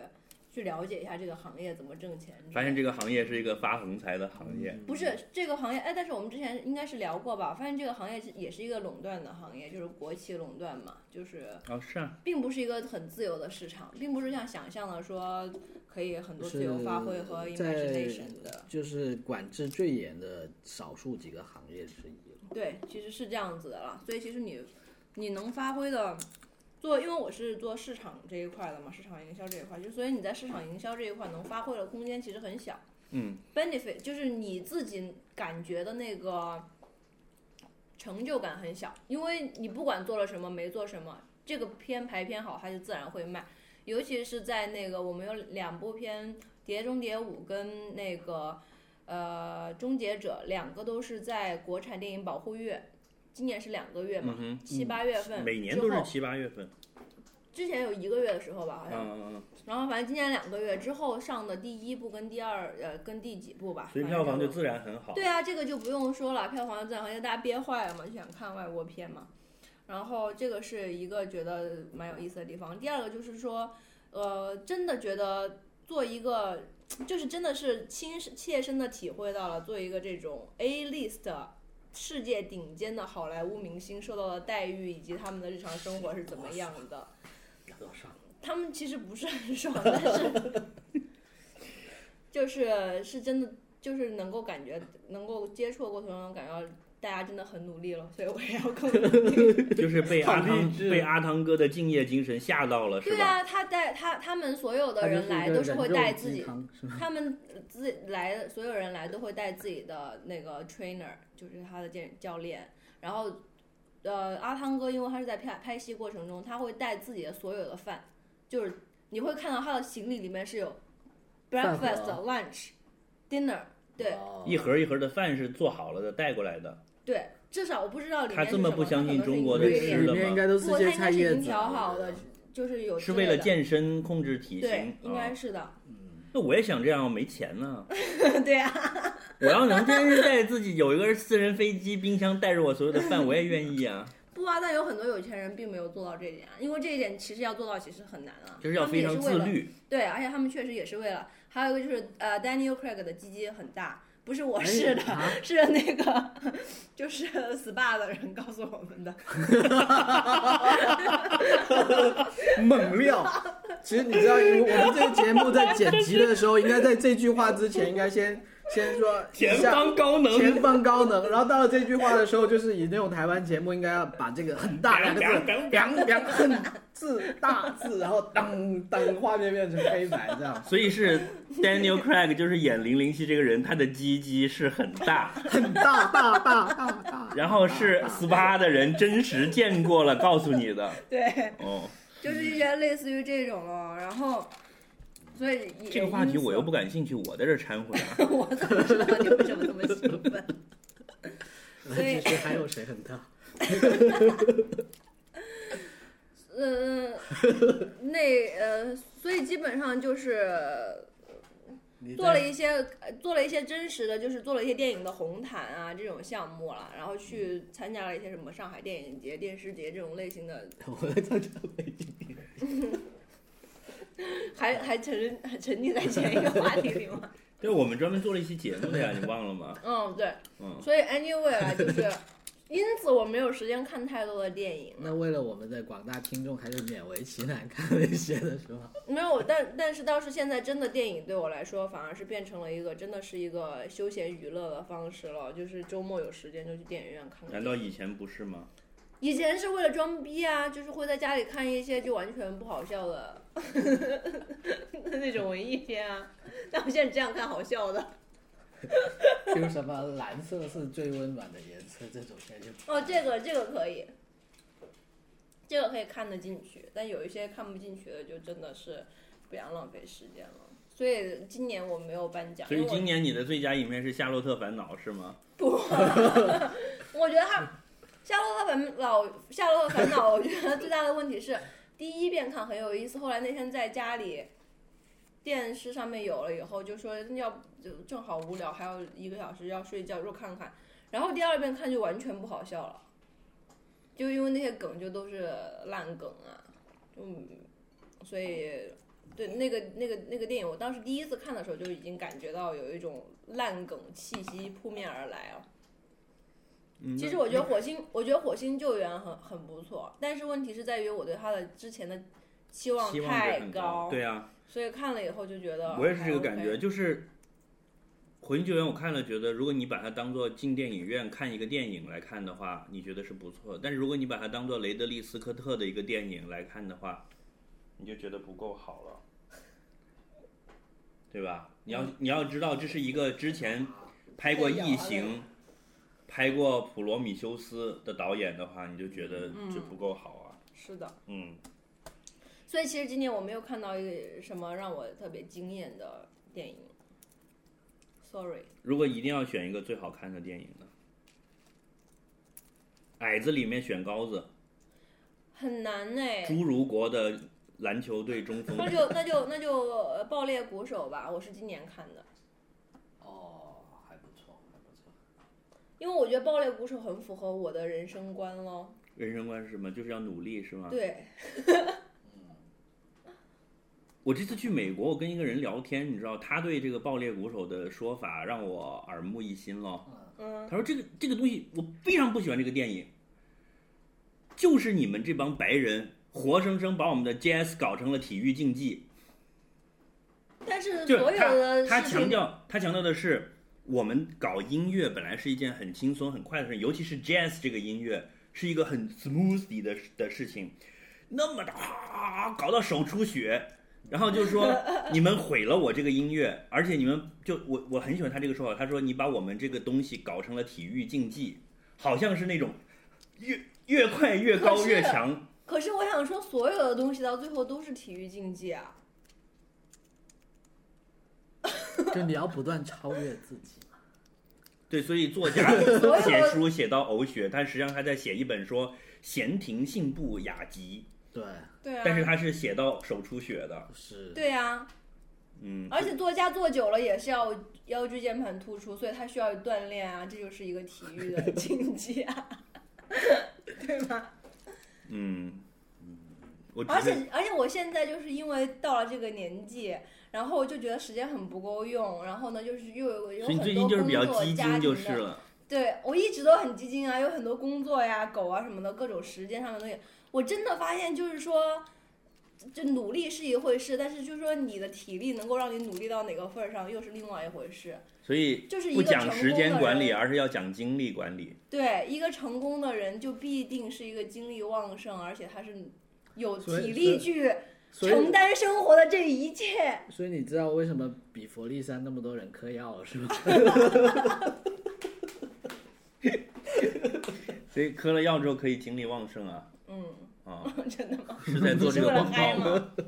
C: 去了解一下这个行业怎么挣钱之类的。
B: 发现这个行业是一个发横财的行业。
C: 不是这个行业，哎，但是我们之前应该是聊过吧？发现这个行业是也是一个垄断的行业，就是国企垄断嘛，就是
B: 哦，是啊，
C: 并不是一个很自由的市场，并不是像想象的说可以很多自由发挥和
D: 是在
C: imagination 的。
D: 就是管制最严的少数几个行业之一了。
C: 对，其实是这样子的啦。所以其实你你能发挥的做，因为我是做市场这一块的嘛，市场营销这一块，就所以你在市场营销这一块能发挥的空间其实很小。
B: 嗯
C: benefit 就是你自己感觉的那个成就感很小，因为你不管做了什么，没做什么，这个片排片好，它就自然会卖。尤其是在那个我们有两部片《碟中谍五》跟那个呃《终结者》，两个都是在国产电影保护月，今年是两个月嘛，
B: 嗯
C: 七八月份
B: 哼，每年都
C: 之
B: 是
C: 后
B: 七八月份，
C: 之前有一个月的时候吧，好
B: 嗯
C: 像，
B: 嗯嗯，
C: 然后反正今年两个月之后上的第一部跟第二呃跟第几部吧，
B: 所以
C: 反正
B: 票房就
C: 都
B: 自然很好。
C: 对啊，这个就不用说了，票房自然行业大家憋坏了嘛，就想看外国片嘛。然后这个是一个觉得蛮有意思的地方。第二个就是说，呃，真的觉得做一个，就是真的是亲身切身的体会到了做一个这种 A list 世界顶尖的好莱坞明星受到的待遇以及他们的日常生活是怎么样的。他们其实不是很爽， 但是就是是真的，就是能够感觉，能够接触的过程中感觉到大家真的很努力了，所以我也要更努力。
B: 就是被阿
D: 好励
B: 汤
D: 志
B: 被阿汤哥的敬业精神吓到了，是
C: 对
B: 吧？
C: 啊，他带他他们所有的
D: 它就
C: 人
D: 一
C: 来
D: 个
C: 都是
D: 人
C: 会
D: 肉
C: 带
D: 鸡
C: 自己，
D: 汤是吧
C: 他们自己来的所有人来都会带自己的那个 trainer，就是他的健教练。然后，呃，阿汤哥因为他是在拍拍戏过程中，他会带自己的所有的饭，就是你会看到他的行李里面是有
D: 饭
C: breakfast、
D: 盒
C: lunch、dinner，对
D: 哦
B: 一盒一盒的饭是做好了的，带过来的。
C: 对，至少我不知道里
B: 他
C: 面是
B: 这么
C: 什
B: 不相
C: 它
B: 信
C: 可能是
B: 中国的
D: 里
C: ingredient
B: 吃
D: 面
B: 的
D: 应
B: 吗
D: 该都
C: 不，
D: 世
C: 它
D: 界
C: 应
D: 菜
C: 该是
D: 叶
C: 已经
D: 子
C: 调
D: 啊，
C: 好
D: 我觉
C: 的
D: 得，
C: 就是有
B: 是
C: 之
B: 为
C: 类
B: 了
C: 的
B: 健身控制体
C: 对
B: 型，，
C: 应该
B: 啊。
C: 是 的，
B: 那我也想这样，没钱呢。
C: 对啊，
B: 我要能真是带自己有一个私人飞机，冰箱带着我所有的饭，我也愿意 啊。
C: 不啊，但有很多有钱人并没有做到这一点啊，因为这一点其实要做到其实很难啊，
B: 就是要非常自
C: 他们也是为了。
B: 律。
C: 对，而且他们确实也是为了，还有一个就是呃，Daniel Craig 的鸡鸡很大，不是我
D: 哎
C: 是的，
D: 啊
C: 是那个就是 SPA 的人告诉我们的。
D: 猛料。其实你知道，我们这个节目在剪辑的时候，应该在这句话之前，应该先先说
B: 前方高能，
D: 前方高能，然后到了这句话的时候，就是以那种台湾节目应该要把这个很大两个字，两两很字大字，然后当当画面变成黑白这样，
B: 所以是 Daniel Craig 就是演零零七这个人，他的鸡鸡是很大，
D: 很大大 大大大。
B: 然后是 SPA 的人真实见过了告诉你的。
C: 对，
B: 哦，
C: 就是一些类似于这种咯，然后所以也
B: 这个话题
C: 因此
B: 我又不感兴趣，我在这儿掺和啊啥？
C: 我怎么知道你为什么这么兴奋？所以
D: 其实还有谁很大？
C: 嗯， 那呃，所以基本上就是
D: 你在
C: 做了一些呃做了一些真实的，就是做了一些电影的红毯啊这种项目了，然后去参加了一些什么上海电影节、电视节这种类型的，
D: 我在参加北京
C: 还还沉浸还沉浸在前一个话题里 吗？
B: 对，我们专门做了一期节目的呀，你忘了吗？
C: 嗯，对，
B: 嗯，
C: 所以 anyway 啊，就是因此我没有时间看太多的电影
D: 那为了我们的广大听众，还是勉为其难看了一些的是吧？
C: 没有，但但是倒是现在真的电影对我来说，反而是变成了一个真的是一个休闲娱乐的方式了。就是周末有时间就去电影院看看。
B: 难道以前不是吗？
C: 以前是为了装逼啊，就是会在家里看一些就完全不好笑 的那种文艺片啊。但我现在只想看好笑的。
D: 比如什么蓝色是最温暖的颜色这种片就
C: 哦，这个这个可以，这个可以看得进去，但有一些看不进去的，就真的是不想浪费时间了。所以今年我没有颁奖，
B: 所以
C: 因为哎我
B: 今年你的最佳影片是《夏洛特烦恼》是吗？
C: 我觉得他《夏洛特烦恼》《夏洛特烦恼》，我觉得最大的问题是，第一遍看很有意思，后来那天在家里电视上面有了以后，就说要就正好无聊，还有一个小时要睡觉，就看看。然后第二遍看就完全不好笑了，就因为那些梗就都是烂梗啊，嗯，所以。对那个那个那个电影，我当时第一次看的时候就已经感觉到有一种烂梗气息扑面而来了。
B: 嗯
C: 其实我觉得火星，我觉得火星救援很很不错，但是问题是在于我对他的之前的期望
B: 期望值
C: 太
B: 很高。对啊，
C: 所以看了以后就觉得
B: 我也是这个
C: 还
B: 感
C: OK
B: 觉，。就是《火星救援》，我看了觉得，如果你把它当做进电影院看一个电影来看的话，你觉得是不错；但是如果你把它当做雷德利·斯科特的一个电影来看的话，你就觉得不够好了，对吧？你要你要知道，这是一个之前拍过《异
C: 太
B: 形》、拍过《普罗米修斯》的导演的话，你就觉得这不够好啊。
C: 是的，
B: 嗯，
C: 所以其实今年我没有看到一个什么让我特别惊艳的电影。Sorry，
B: 如果一定要选一个最好看的电影呢？矮子里面选高子，
C: 很难呢、
B: 侏儒国的篮球队中锋
C: 那就那就那就呃爆裂鼓手吧，我是今年看的，
E: 哦，还不错，还不错。
C: 因为我觉得爆裂鼓手很符合我的人生观咯。
B: 人生观是什么？就是要努力，是吗？
C: 对，
B: 我这次去美国，我跟一个人聊天，你知道，他对这个爆裂鼓手的说法让我耳目一新了。
C: 嗯，
B: 他说这个这个东西我非常不喜欢这个电影，就是你们这帮白人活生生把我们的 JS 搞成了体育竞技。
C: 但是
B: 就是
C: 所有的
B: 他
C: 事
B: 强
C: 情
B: 调，他强调的是，我们搞音乐本来是一件很轻松、很快的事情，尤其是 jazz 这个音乐是一个很 smoothly 的的事情，那么的啊，搞到手出血，然后就 说你们毁了我这个音乐，而且你们就我我很喜欢他这个说法，他说你把我们这个东西搞成了体育竞技，好像是那种越越快越高越
C: 可是
B: 强，
C: 可是我想说，所有的东西到最后都是体育竞技啊。
D: 就你要不断超越自己。
B: 对，所以作家
C: 所有
B: 写书写到呕血，但实际上他在写一本说闲庭信步雅集，
D: 对，
C: 对啊，
B: 但是他是写到手出血的，
D: 是。
C: 对啊，
B: 嗯，
C: 而且作家做久了也是要腰椎间盘突出，所以他需要锻炼啊，这就是一个体育的竞 技啊，对吧？
B: 嗯嗯，我只
C: 而
B: 是
C: 且而且我现在就是因为到了这个年纪，然后就觉得时间很不够用，然后呢就是又有有
B: 所以你最
C: 很
B: 近就
C: 多
B: 是
C: 工
B: 比较
C: 作
B: 激
C: 家
B: 进就
C: 庭
B: 是
C: 的
B: 了，
C: 对我一直都很激进啊，有很多工作呀、狗啊什么的各种时间上的东西，我真的发现就是说，就努力是一回事，但是就是说你的体力能够让你努力到哪个份儿上，又是另外一回事。
B: 所以
C: 就是一
B: 不
C: 个
B: 讲
C: 成
B: 时
C: 功
B: 间
C: 的
B: 管理，啊而
C: 人
B: 是要讲精力管理。
C: 对一个成功的人，就必定是一个精力旺盛，而且他是有
D: 所以
C: 体力去
D: 所
C: 承
D: 以，
C: 担生活的这一切。
D: 所以你知道为什么比佛利山那么多人嗑药了是 吗？
B: 所以嗑了药之后可以精力旺盛啊
C: 嗯，
B: 啊，
C: 真的吗？
B: 是在做这个
C: 为了
B: 广
C: 嗨
B: 告吗？
C: 吗？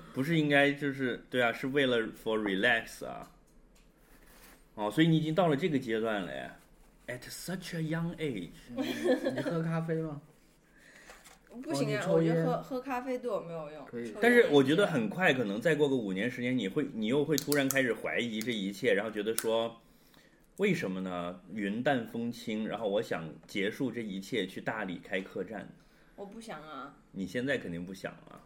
B: 不是应该就是对啊，是为了 for relax 啊。哦，所以你已经到了这个阶段了耶，at such a young age。
D: 你喝咖啡吗？
C: 不行啊
D: 哦，你抽
C: 我觉得
D: 烟
C: 喝喝咖啡对我没有用。
D: 可以
C: 抽
B: 但
C: 烟
B: 是
C: 没
B: 我觉得
C: 用
B: 很快，可能再过个五年十年，你会你又会突然开始怀疑这一切，然后觉得说，为什么呢？云淡风轻，然后我想结束这一切，去大理开客栈。
C: 我不想啊。
B: 你现在肯定不想了，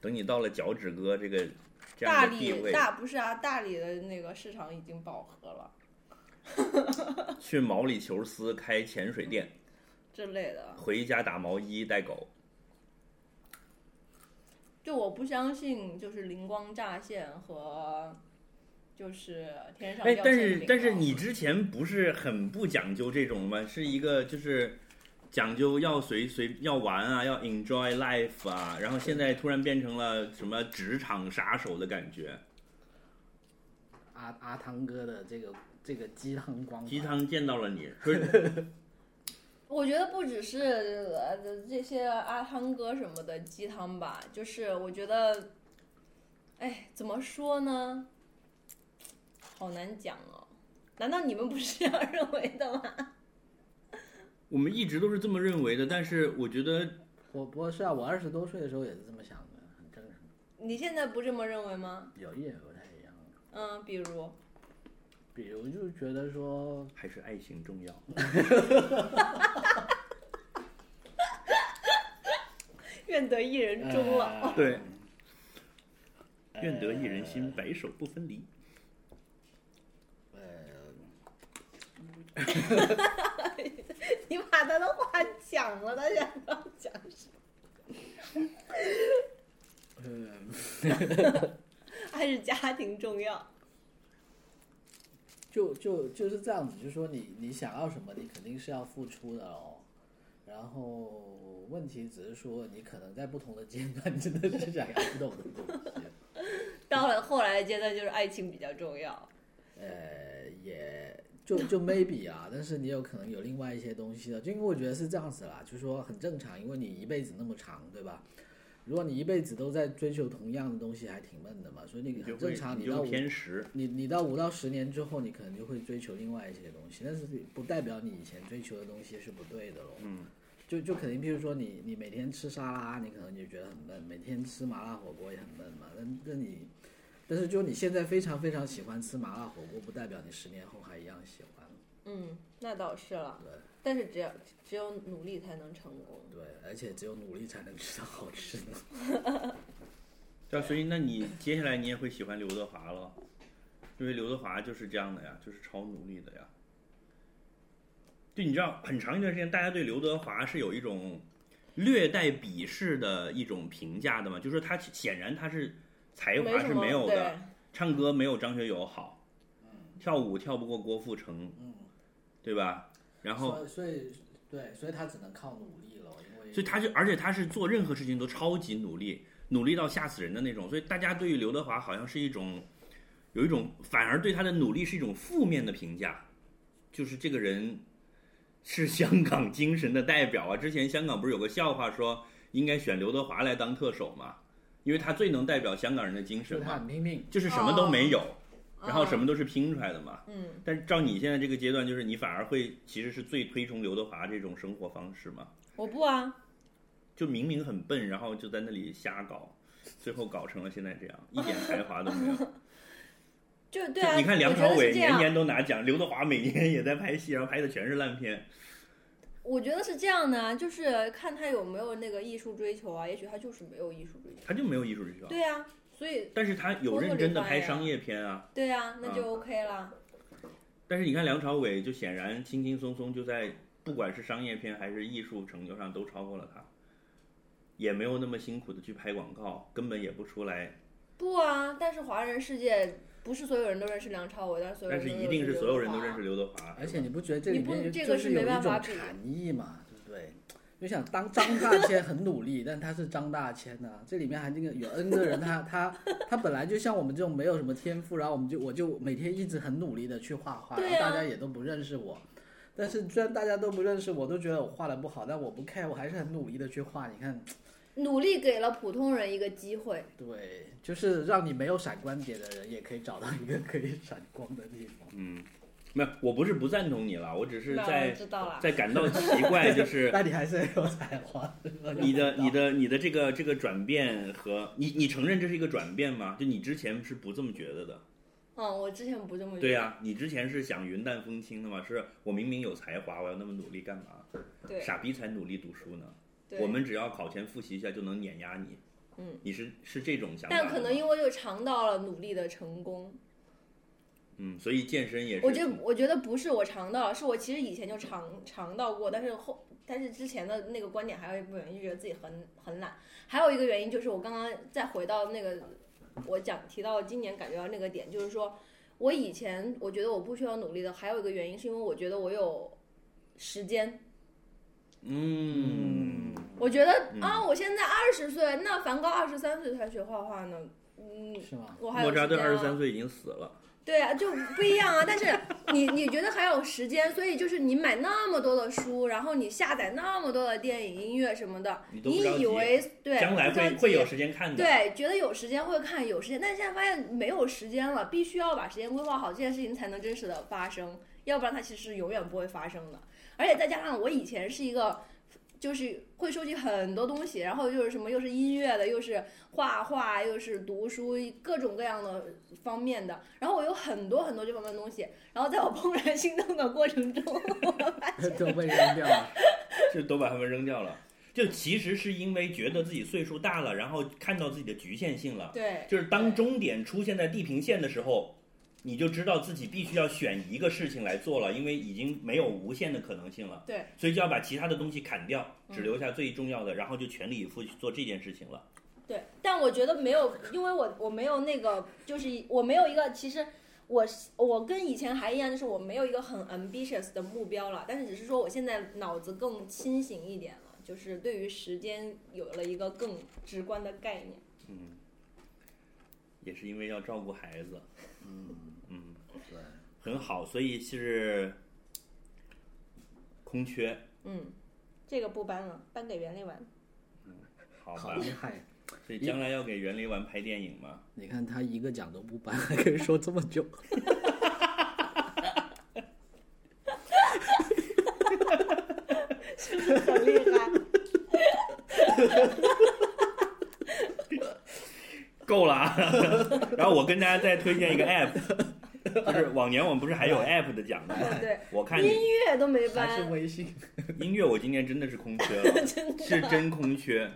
B: 等你到了脚趾哥这个这
C: 大
B: 样的地
C: 理
B: 位，
C: 大不是啊，大理的那个市场已经饱和了。
B: 去毛里求斯开潜水店，
C: 之类的。
B: 回家打毛衣带狗。
C: 就我不相信，就是灵光乍现和就是天上掉
B: 哎，
C: 馅
B: 但
C: 饼
B: 是
C: 啊
B: 但是你之前不是很不讲究这种吗？是一个就是讲究要随随要玩啊，要 enjoy life 啊，然后现在突然变成了什么职场杀手的感觉。
D: 阿阿汤哥的这个这个鸡汤光环
B: 鸡汤见到了你， 说
C: 我觉得不只是呃这些阿汤哥什么的鸡汤吧，就是我觉得，哎，怎么说呢？好难讲哦。难道你们不是这样 认为的吗？
B: 我们一直都是这么认为的，但是我觉得
D: 我不过是啊，我二十多岁的时候也是这么想的，很正常，
C: 你现在不这么认为吗？
D: 有一点不太一样。
C: 嗯，比如，
D: 比如就觉得说，
B: 还是爱情重要。
C: 愿得一人终
B: 哎
C: 老。
D: 呃
B: 对，
D: 哎
B: 愿得一人心，白首不分离。
C: 你把他的话讲了，大家不要讲什嗯么。还是家庭重要。
D: 就就就是这样子，就说你你想要什么，你肯定是要付出的喽。然后问题只是说，你可能在不同的阶段真的是想要不同的东西。
C: 到了后来的阶段，就是爱情比较重要。
D: 呃，也就就 maybe 啊，但是你有可能有另外一些东西的，就因为我觉得是这样子啦，就是说很正常，因为你一辈子那么长，对吧？如果你一辈子都在追求同样的东西，还挺闷的嘛，所以你
B: 你就
D: 很
B: 会
D: 正常，
B: 你
D: 到
B: 就
D: 五
B: 会偏食。
D: 你你到五到十年之后，你可能就会追求另外一些东西，但是不代表你以前追求的东西是不对的喽。
B: 嗯，
D: 就就肯定，譬如说你你每天吃沙拉，你可能就觉得很闷；每天吃麻辣火锅也很闷嘛。但但你，但是就你现在非常非常喜欢吃麻辣火锅，不代表你十年后还一样喜欢。
C: 嗯，那倒是了
D: 对。
C: 但是只要只有努力才能成功。
D: 对，而且只有努力才能吃到好吃的。
B: 对啊，所以那你接下来你也会喜欢刘德华了，因为刘德华就是这样的呀，就是超努力的呀。就你知道，很长一段时间，大家对刘德华是有一种略带鄙视的一种评价的嘛，就说他显然他是才
C: 没
B: 华
C: 什
B: 是
C: 么
B: 没有的，
C: 对
B: 唱歌没有张学友好，跳舞跳不过郭富城，
D: 嗯，
B: 对吧？然后
D: 所以所以对，所以他只能靠努力了，因为
B: 所以他就，而且他是做任何事情都超级努力，努力到吓死人的那种。所以大家对于刘德华好像是一种，有一种反而对他的努力是一种负面的评价，就是这个人是香港精神的代表啊。之前香港不是有个笑话说应该选刘德华来当特首嘛，因为他最能代表香港人的精
D: 就
B: 神
D: 他
B: 嘛，
D: 很拼命。
B: 就是什么都没有，然后
C: 嗯
B: 什么都是拼出来的嘛。
C: 嗯，
B: 但是照你现在这个阶段，就是你反而会其实是最推崇刘德华这种生活方式嘛。
C: 我不啊，
B: 就明明很笨，然后就在那里瞎搞，最后搞成了现在这样，一点才华都没有。
C: 就 对啊。
B: 就你看梁
C: 我觉得
B: 朝
C: 是
B: 伟
C: 这
B: 年
C: 样
B: 年都拿奖，刘德华每年也在拍戏，然后拍的全是烂片。
C: 我觉得是这样的啊，就是看他有没有那个艺术追求啊，也许他就是没有艺术追求。
B: 他就没有艺术追求，
C: 对啊，所以
B: 但是他有认真的拍商业片啊。
C: 对啊，那就
B: 嗯
C: OK 啦。
B: 但是你看梁朝伟，就显然轻轻松松就在不管是商业片还是艺术成就上都超过了他，也没有那么辛苦的去拍广告，根本也不出来。
C: 不啊，但是华人世界不是所有人都认识梁朝伟，但是所有
B: 但
C: 人
B: 是
C: 都
B: 一定是所有人都
C: 刘德华
B: 认识刘德华，
D: 而且你不觉得这里
C: 你不
D: 面
C: 这
D: 就
C: 个
D: 就是有
C: 没办
D: 一种
C: 法比
D: 禅意嘛，对不对？就想当张大千很努力，但他是张大千呐、这里面还那个有 N 个人，他他他本来就像我们这种没有什么天赋，然后我们就我就每天一直很努力的去画画，
C: 对
D: 然后
C: 啊
D: 大家也都不认识我。但是虽然大家都不认识我，都觉得我画的不好，但我不 care，我还是很努力的去画。你看，
C: 努力给了普通人一个机会。
D: 对，就是让你没有闪光点的人也可以找到一个可以闪光的地方。
B: 嗯，没有，我不是不赞同你了，我只是
C: 那
B: 在
C: 我知道啦。
B: 在感到奇怪，就是
D: 但你还是很有才华，
B: 你的、你的、你的这个这个转变和你，你承认这是一个转变吗？就你之前是不这么觉得的，
C: 嗯，我之前不这么觉得。
B: 对呀、啊你之前是想云淡风轻的嘛？是我明明有才华，我要那么努力干嘛？
C: 对
B: 傻逼才努力读书呢。
C: 对
B: 我们只要考前复习一下就能碾压你。
C: 嗯，
B: 你是是这种想法的
C: 但
B: 吗，
C: 可能因为又尝到了努力的成功，
B: 嗯，所以健身也是。
C: 我觉得我觉得不是我尝到了，是我其实以前就尝尝到过，但是后但是之前的那个观点还有一部分原因，就觉得自己很很懒，还有一个原因就是我刚刚再回到那个我讲提到今年感觉到那个点，就是说我以前我觉得我不需要努力的，还有一个原因是因为我觉得我有时间，
B: 嗯，
C: 我觉得、
B: 嗯
C: 啊我现在二十岁，那梵高二十三岁才学画画呢，嗯，
D: 是吗？
C: 我还有
B: 莫扎
C: 时
B: 特
C: 间
B: 二十
C: 啊。
B: 三岁已经死了，
C: 对啊，就不一样啊。但是你你觉得还有时间，所以就是你买那么多的书，然后你下载那么多的电影、音乐什么的，
B: 你都不
C: 你
B: 着急
C: 以为对
B: 将来
C: 不着
B: 会
C: 急
B: 会有时间看的。
C: 对，觉得有时间会看，有时间，但是现在发现没有时间了，必须要把时间规划好，这件事情才能真实的发生，要不然它其实是永远不会发生的。而且再加上我以前是一个，就是会收集很多东西，然后又是什么，又是音乐的，又是画画，又是读书，各种各样的方面的，然后我有很多很多这方面的东西，然后在我怦然心动的过程中，我发现
D: 都被扔掉了。
B: 就都把它们扔掉了。就其实是因为觉得自己岁数大了，然后看到自己的局限性了。
C: 对，
B: 就是当终点出现在地平线的时候，你就知道自己必须要选一个事情来做了，因为已经没有无限的可能性了。
C: 对，
B: 所以就要把其他的东西砍掉，
C: 嗯
B: 只留下最重要的，然后就全力以赴去做这件事情了。
C: 对，但我觉得没有，因为我我没有那个，就是我没有一个，其实我是我跟以前还一样，就是我没有一个很 ambitious 的目标了，但是只是说我现在脑子更清醒一点了，就是对于时间有了一个更直观的概念。
B: 嗯，也是因为要照顾孩子，
D: 嗯，
B: 嗯，
D: 对，
B: 很好，所以是空缺。
C: 嗯，这个不搬了，搬给袁立 文。
B: 好
D: 好
B: 吧，
D: 厉害！
B: 所以将来要给袁立文拍电影吗？
D: 你看他一个奖都不颁，还可以说这么 久。
C: 很厉害，
B: 够了啊！ 然后我跟大家再推荐一个 app，就是往年我们不是还有 app 的奖吗？
C: 对，
B: 我看
C: 音
B: 你
C: 乐都没
D: 还是
C: 搬，
D: 微信？
B: 音乐，我今年真的是空缺了，
C: 真的
B: 是真空缺。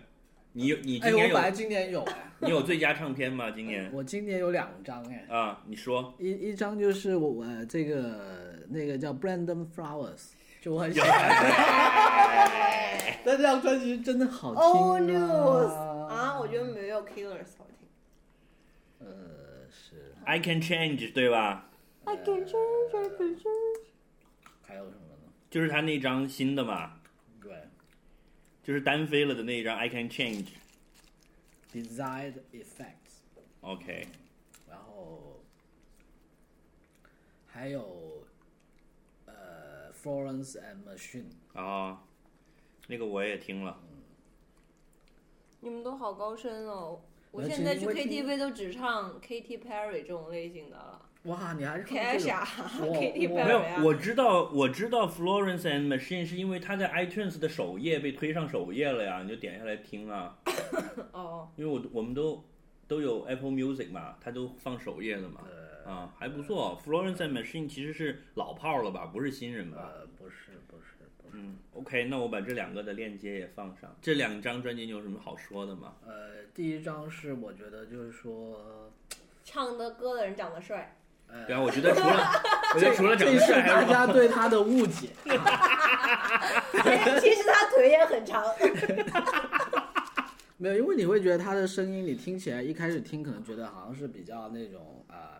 B: 你有你
D: 哎，
B: 今
D: 我
B: 年
D: 本
B: 有、
D: 来今年有哎，
B: 你有最佳唱片吗？今年
D: 我今年有两张哎，
B: 啊，你说
D: 一一张就是我我这个那个叫 Brandon Flowers，就我很喜 欢，但这张专辑真的好
C: ，All
D: 听
C: News
D: 哦
C: ，Oh,
D: 啊！
C: 啊，我觉得没有 Killers 好听。
D: 呃，是
B: I Can Change 对吧？
C: I can change, I can change.
D: 还有什么呢？
B: 就是他那张新的嘛，
D: 对
B: 就是单飞了的那一张 I Can Change。
D: ，Desired Effects，
B: OK，
D: 然后还有呃 Florence and Machine，
B: 哦，那个我也听了。
C: 你们都好高深哦！我
D: 而且
C: 现在去
D: 因为
C: KTV 都只唱 Katy Perry 这种类型的了
D: 哇，你还是看这种
C: ，Kesha、
D: 我
C: Katy
D: 我
B: 没有
C: Perry 啊，，
B: 啊我知道，我知道 Florence and Machine 是因为它在 iTunes 的首页被推上首页了呀，你就点下来听啊。
C: 哦，
B: 因为我我们都都有 Apple Music 嘛，它都放首页的嘛，
D: 呃
B: 啊，还不错。Florence and Machine 其实是老炮儿了吧，不是新人吧？
D: 呃不是不是不是，
B: 嗯，OK，那我把这两个的链接也放上。这两张专辑你有什么好说的吗？
D: 呃第一张是我觉得就是说
C: 唱的歌的人长 得帅，
D: 呃
B: 对啊，我觉得除 了我觉得除了长
D: 这
B: 得
D: 是
B: 帅还有
D: 大
B: 什么
D: 家对他的误解。
C: 哎其实他腿也 很长。
D: 没有，因为你会觉得他的声音，你听起来一开始听可能觉得好像是比较那种啊、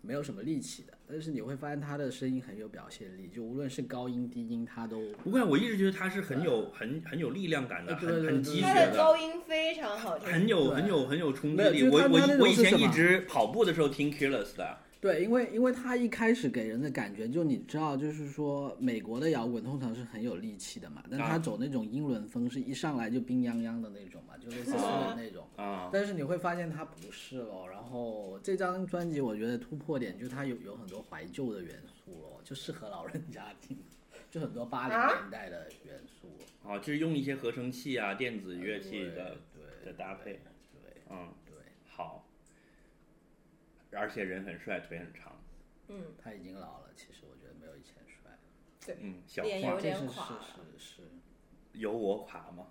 D: 没有什么力气的，但是你会发现他的声音很有表现力，就无论是高音低音，他都
B: 不会啊，我一直觉得他是很有很很有力量感的，
D: 呃对对
B: 很
D: 对
B: 很
D: 对
B: 积
D: 对
B: 雪
C: 他
D: 对
C: 的
B: 的。
C: 高音非常好听，
B: 很有
D: 对
B: 很有很有冲击
D: 没有
B: 力。
D: 就是
B: 我
D: 他
B: 我
D: 他那
B: 我
D: 种
B: 以
D: 是
B: 前
D: 什
B: 一
D: 么
B: 直跑步的时候听 Killers 的，
D: 对，因为因为他一开始给人的感觉就你知道，就是说美国的摇滚通常是很有力气的嘛，但
B: 啊
D: 他走那种英伦风是一上来就冰泱泱的那种嘛，就类似
B: 啊
D: 的那种。
B: 啊，
D: 但是你会发现他不是咯，然后这张专辑我觉得突破点就是它有有很多怀旧的元素咯，就适合老人家听，就很多八零
C: 啊
D: 年代的元素。
B: 啊，就是用一些合成器啊、电子乐器的
D: 啊对
B: 的搭配，
D: 对
B: 嗯，
D: 对，
B: 好。而且人很帅，腿很长，
C: 嗯，
D: 他已经老了，其实我觉得没有以前帅，
B: 嗯，小
C: 脸
B: 胯
C: 有
D: 这
C: 点
D: 是
C: 垮
D: 是是是，
B: 有我垮吗？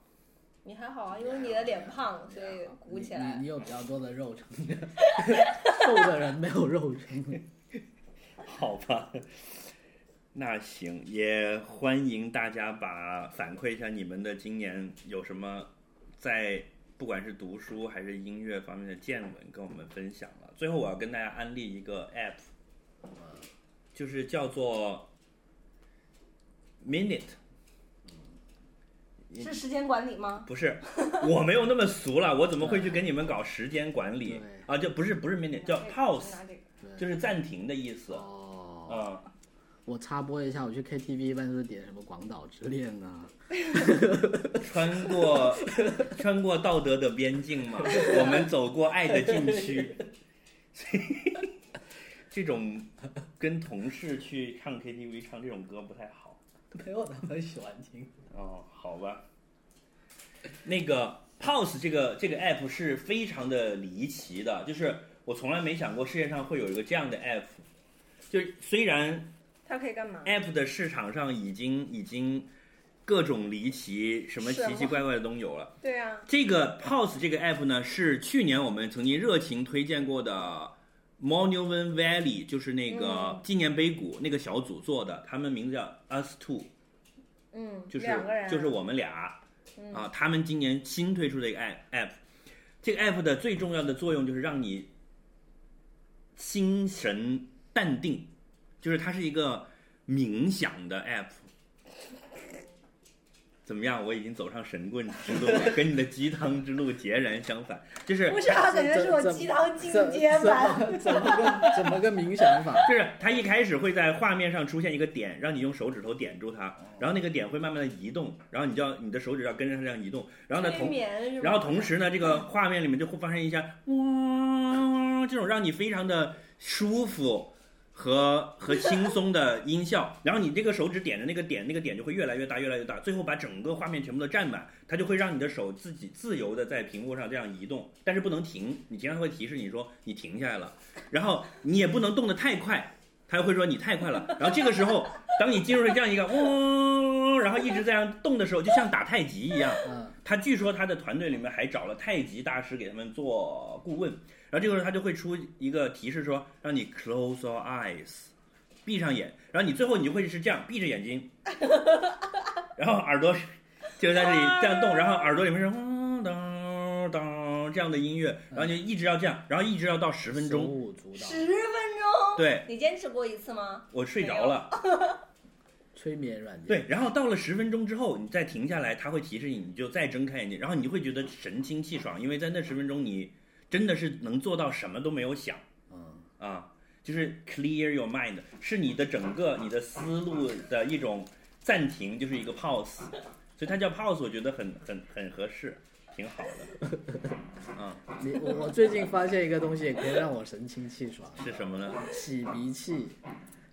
C: 你还好啊，因为你的脸胖，
B: 啊
C: 所以鼓起
D: 你你
C: 来
D: 你。有比较多的肉撑着，瘦的人没有肉撑。
B: 好吧，那行，也欢迎大家把反馈一下你们的今年有什么在不管是读书还是音乐方面的见闻跟我们分享了。最后我要跟大家安利一个 app，就是叫做 Minute。
C: 是时间管理吗？
B: 不是，我没有那么俗了，我怎么会去跟你们搞时间管理啊？这不是不是 minute，叫 pause，
C: 拿这个
B: 就是暂停的意思。
D: 哦，
B: 嗯，
D: 我插播一下，我去 KTV 一般都是点什么《广岛之恋》啊 呐，
B: 穿过穿过道德的边境嘛，我们走过爱的禁区。 这种跟同事去唱 KTV 唱这种歌不太好。
D: 没有那么喜欢 听。
B: 哦，好吧。那个 Pause 这个这个 app 是非常的离奇的，就是我从来没想过世界上会有一个这样的 app。就虽然
C: 它可以干嘛？
B: app 的市场上已经已经各种离奇，什么
C: 是
B: 奇奇
C: 吗
B: 怪怪的都有了。
C: 对啊，
B: 这个 Pause 这个 app 呢，是去年我们曾经热情推荐过的 m o n u m e n Valley，就是那个
C: 嗯
B: 纪念碑谷那个小组做的，他们名字叫 Us Two，
C: 嗯，
B: 就是
C: 两个人啊，
B: 就是我们俩、
C: 嗯
B: 啊，他们今年新推出的一个 app app，这个 app 的最重要的作用就是让你心神淡定，就是它是一个冥想的 app。怎么样？我已经走上神棍之路了，跟你的鸡汤之路截然相反。就是
C: 不是啊，感觉是我鸡汤进阶版。
D: 怎怎么个怎么个冥想 法？
B: 就是它一开始会在画面上出现一个点，让你用手指头点住它，然后那个点会慢慢的移动，然后你就要你的手指要跟着它这样移动， 然后呢
C: 催
B: 同
C: 眠是吗？
B: 然后同时呢，这个画面里面就会发生一下哇这种让你非常的舒服和和轻松的音效，然后你这个手指点着那个点，那个点就会越来越大，越来越大，最后把整个画面全部都占满，它就会让你的手自己自由的在屏幕上这样移动，但是不能停，你经常会提示你说你停下来了，然后你也不能动得太快。它会说你太快了，然后这个时候，当你进入了这样一个嗡，然后一直在这样动的时候，就像打太极一样，
D: 嗯，
B: 他据说他的团队里面还找了太极大师给他们做顾问，然后这个时候他就会出一个提示说，让你 close your eyes，闭上眼，然后你最后你就会是这样闭着眼睛， 然后耳朵就是在这里这样动，然后耳朵里面是嗡当当这样的音乐，然后就一直要这样，然后一直要到十分
D: 手
B: 钟，
D: 舞足蹈，
C: 十分钟，
B: 对
C: 你坚持过一次吗？
B: 我睡着了。
D: 催眠软件。
B: 对，然后到了十分钟之后，你再停下来，它会提示你，你就再睁开眼睛，然后你会觉得神清气爽，因为在那十分钟你真的是能做到什么都没有想
D: 嗯，
B: 啊，就是 clear your mind，是你的整个你的思路的一种暂停，就是一个 pause，所以它叫 pause，我觉得很很很合适，挺好的。
D: 你我我最近发现一个东西也可以让我神清气爽，
B: 是什么呢？
D: 洗鼻器，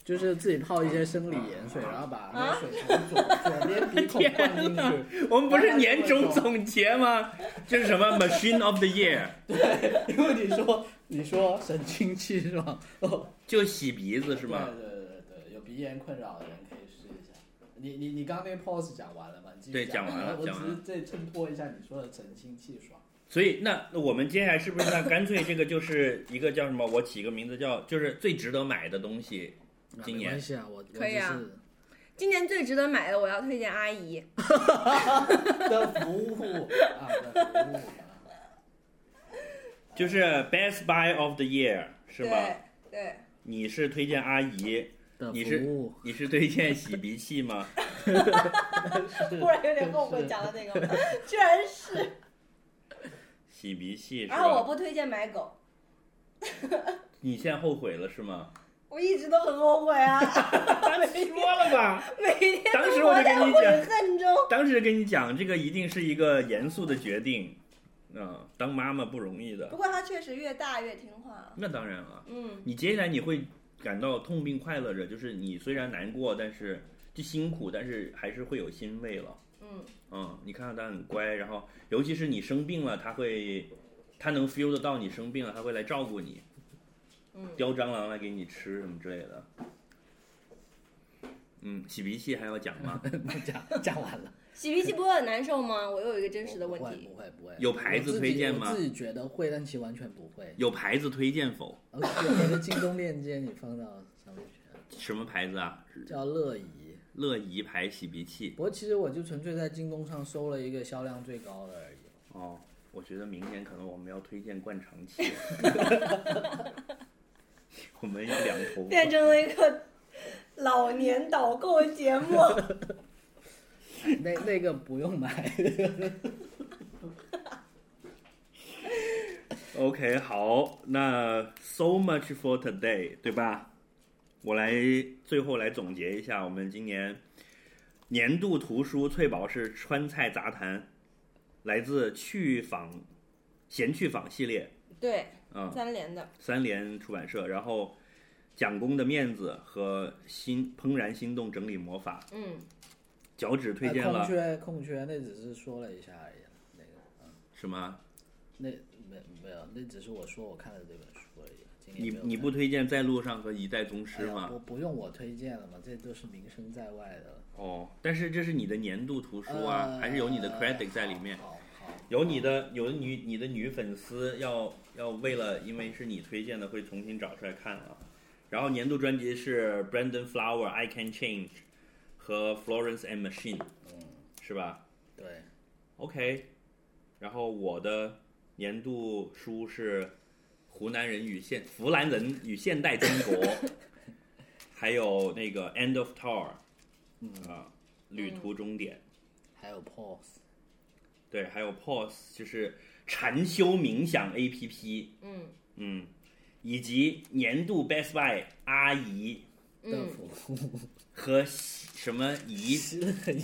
D: 就是自己泡一些生理盐水，然后把那个水
E: 水从 左左边鼻孔灌进去，
B: 我们不是年终总结吗？这是什么 machine of the year？
D: 因为你说你说神清气爽，哦，
B: 就洗鼻子是吗？
D: 对对对对，有鼻炎困扰的人可以试一下。你你你刚刚那个 pose 讲完了吗？你继续
B: 对讲完了
D: 我
B: 讲完
D: 只
B: 了
D: 是再衬托一下你说的神清气爽。
B: 所以，那那我们接下来是不是那干脆这个就是一个叫什么？我起个名字叫就是最值得买的东西。
D: 那
B: 今
D: 没
B: 年
D: 关系啊，我
C: 可以啊今年最值得买的，我要推荐阿姨。
D: 的服务
E: 啊，对服务啊
B: 就是 Best Buy of the Year 是吗？
C: 对对，
B: 你是推荐阿姨，
D: 的
B: 你是
D: 服务，
B: 你是推荐洗鼻器 吗？
C: 忽然有点后悔讲到那个，居然是。
B: 洗鼻器是
C: 然后我
B: 吧？
C: 不推荐买狗，
B: 你现在后悔了是吗？
C: 我一直都很后悔啊，
B: 说了吧，
C: 每天
B: 当时
C: 都
B: 我
C: 活
B: 就
C: 在
B: 跟你
C: 悔
B: 讲，
C: 恨中。
B: 当时跟你讲，这个一定是一个严肃的决定，嗯，当妈妈不容易
C: 不
B: 的。
C: 过它确实越大越听话。
B: 那当然了。
C: 嗯，
B: 你接下来你会感到痛并快乐着，就是你虽然难过，但是就辛苦，但是还是会有欣慰了。
C: 嗯，
B: 嗯，你看到它很乖，然后尤其是你生病了，它会，它能 feel 得到你生病了，它会来照顾你。
C: 嗯
B: 叼蟑螂来给你吃什么之类的。嗯，洗鼻器还要讲吗？
D: 讲讲完了。
C: 洗鼻器不会很难受吗？我又有一个真实的问
D: 不会
C: 题，
D: 不会不会，
B: 有牌子推荐吗
D: 我自己我自己觉得会，但其实完全不会。
B: 有牌子推荐否？
D: 而且我的京东链接你放到上面去。
B: 什么牌子啊？
D: 叫乐怡。
B: 乐怡牌洗鼻器。
D: 不过其实我就纯粹在京东上搜了一个销量最高的而已。
B: 哦，我觉得明年可能我们要推荐灌肠器，我们要两头
C: 变成了一个老年导购节目。
D: 那那个不用买，
B: OK，好，那 so much for today，对吧？我来最后来总结一下，我们今年年度图书《翠宝是川菜杂谈》，来自去访闲去访系列，
C: 对，
B: 嗯，
C: 三连的，
B: 三联出版社，然后蒋公的面子和心怦然心动整理魔法，
C: 嗯，
B: 脚趾 推荐
D: 啊空
B: 了
D: 缺空缺，那只是说了一下而已。那个
B: 什么？
D: 那没没有，那只是我说我看了这本书而已。啊今年
B: 你
D: 没有
B: 你
D: 看
B: 不推荐在路上和一代宗
D: 哎
B: 师
D: 呀
B: 吗？
D: 不不用我推荐了嘛，这都是名声在外的了。
B: 哦，但是这是你的年度图书啊，
D: 呃哦
B: 还是有你的 credit 在里面。
D: 好好
B: 有你的有女你的女粉丝要要为了因为是你推荐的会重新找出来看啊。然后年度专辑是 Brandon Flower I Can Change 和 Florence and Machine，是
D: 嗯
B: 吧
D: 对，
B: ？OK。然后我的年度书是《湖南人与现湖南人与现代中国》，还有那个《End of Tour》，啊，
D: 嗯
B: 旅途终点。
D: 还有 pose，
B: 对，还有 Pause 就是禅修冥想 APP，
C: 嗯
B: 嗯，以及年度 Best Buy 阿姨
D: 的
C: 嗯，
D: 服务，
B: 和什么姨，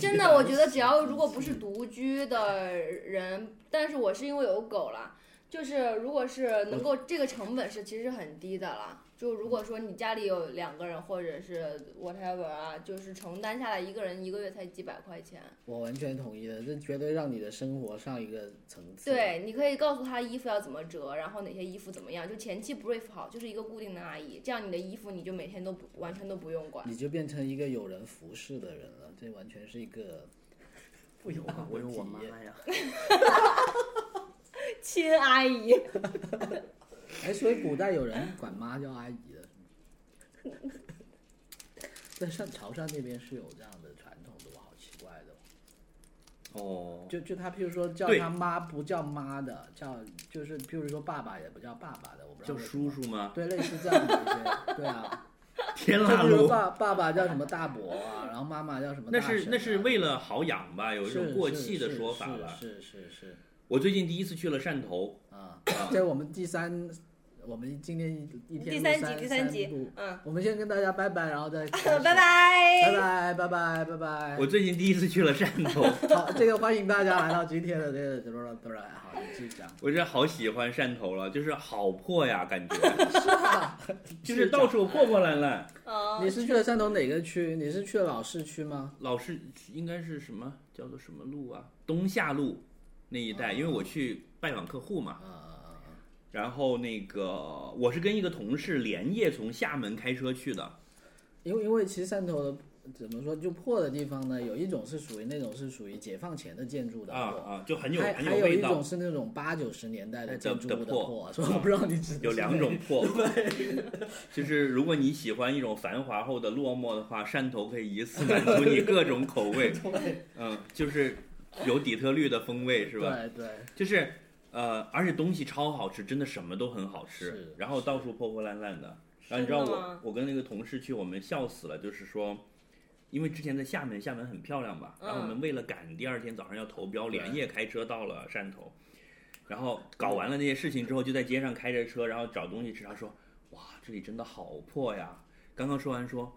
C: 真的，我觉得只要如果不是独居的人，但是我是因为有狗啦，就是如果是能够这个成本是其实很低的啦。就如果说你家里有两个人或者是 whatever 啊，就是承担下来一个人一个月才几百块钱，
D: 我完全同意的，这绝对让你的生活上一个层次。，
C: 对，你可以告诉他衣服要怎么折，然后哪些衣服怎么样，就前期 brief 好，就是一个固定的阿姨，这样你的衣服你就每天都不完全都不用管。
D: 你就变成一个有人服侍的人了，这完全是一个
B: 不由
D: 啊我有我妈
B: 呀，
C: 亲阿姨，
D: 哎，所以古代有人管妈叫阿姨的， 在上潮汕那边是有这样的传统的，我好奇怪的哦。
B: 哦，
D: 就就他，譬如说叫
B: 对
D: 他妈不叫妈的，叫就是譬如说爸爸也不叫爸爸的，我不知
B: 叫
D: 道为什
B: 叔
D: 么。
B: 叔吗？
D: 对，类似这样的一些，对啊，
B: 天
D: 就
B: 啦
D: 比如
B: 噜，
D: 爸爸爸叫什么大伯啊，然后妈妈叫什么
B: 那
D: 大婶啊、
B: 是那是为了好养吧，有一
D: 是
B: 种过气的
D: 是
B: 说法
D: 是
B: 了。
D: 是是是
B: 我最近第一次去了汕头，
D: 啊，在我们第三，我们今天一一天
C: 第
D: 录
C: 三
D: 三
C: 集第三集
D: 部，
C: 嗯，
D: 我们先跟大家拜拜，然后再
C: 拜
D: 拜
C: 拜，
D: 拜拜拜拜拜拜
B: 我。最近第一次去了汕头，
D: 好，这个欢迎大家来到今天的这个怎么怎么来，好，你继续讲。
B: 我真好喜欢汕头了，就是好破呀，感觉
D: 是啊，
B: 就是到处破破烂烂。
C: 嗯，
D: 你是去了汕头哪个区？你是去了老市区吗？
B: 老是应该是什么叫做什么路啊？东夏路那一
D: 哦
B: 带，因为我去拜访客户嘛。
D: 啊，
B: 然后那个我是跟一个同事连夜从厦门开车去的。
D: 因为因为其实汕头的怎么说，就破的地方呢，有一种是属于那种是属于解放前的建筑的
B: 啊
D: 破，
B: 啊，就很有
D: 还
B: 很
D: 还有
B: 味
D: 一种
B: 道。
D: 是那种八九十年代的建筑物
B: 的的破
D: 破，所以我不知道你指的
B: 有
D: 是
B: 两种 破，就是如果你喜欢一种繁华后的落寞的话，汕头可以一次满足 你各种口味。嗯，就是有底特律的风味是
D: 哪
B: 吧？
D: 个，对对，
B: 就是呃，而且东西超好吃，真的什么都很好吃
D: 是，
B: 然后到处破破烂烂的。然后你知
C: 真
B: 道
C: 的
B: 我
C: 吗
B: 我跟那个同事去，我们笑死了，就是说。因为之前在厦门，厦门很漂亮吧？然后我们为了赶第二天早上要投标，连夜开车到了汕头，然后搞完了那些事情之后，就在街上开着车，然后找东西吃。他说：“哇，这里真的好破呀！”刚刚说完说，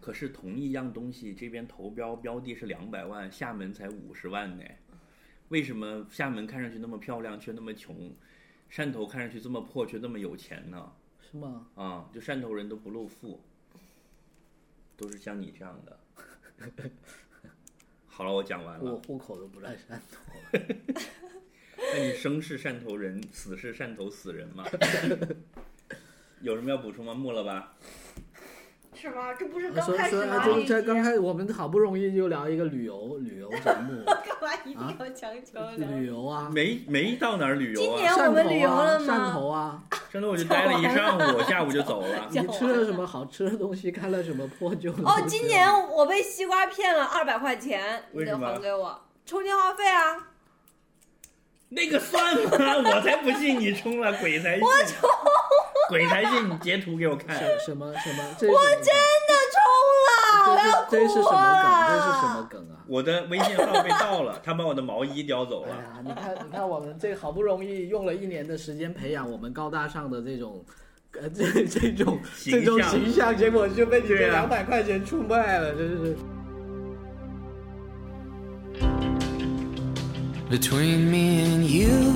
B: 可是同一样东西，这边投标标的是两百万，厦门才五十万呢。为什么厦门看上去那么漂亮却那么穷，汕头看上去这么破却那么有钱呢？
D: 是吗？
B: 啊、就汕头人都不露富，都是像你这样的。 好了，我讲完
D: 我
B: 了。
D: 户口都不在汕头，
B: 那你生是汕头人，死是汕头死人嘛？有什么要补充吗？木了吧？
C: 是吗？这不是
D: 所以所以啊
C: 这
D: 就这刚开始我们好不容易就聊一个旅游旅游节 目，
C: 干嘛一
D: 定
C: 要强求
D: 旅游啊，
B: 没没到哪儿旅游
C: 今
B: 啊？
C: 年我们旅游了
D: 汕头啊
C: 吗？
D: 汕头啊，
B: 真的我就待了一上午，下午就走了。
D: 你吃了什么好吃的东西，看了什么破旧 的啊
C: 哦，今年我被西瓜骗了二百块钱，你
B: 为
C: 得
B: 什么
C: 还给我充电话费啊！
B: 那个算吗？我才不信你充了，鬼才信！鬼才信！你截图给我看。
D: 什什么什么？这我真
C: 真的充了，我要
D: 这是这是什
C: 哭
D: 么梗？
C: 了。
D: 这是什么梗啊？
B: 我的微信号被盗了，他把我的毛衣叼走
D: 哎
B: 了。
D: 呀，你看，你看，我们这好不容易用了一年的时间培养我们高大上的这种，呃，这这种
B: 形
D: 这种
B: 象
D: 形象，结果就被你这
B: 对啊
D: 两百块钱出卖了，真是。
F: Between me and you,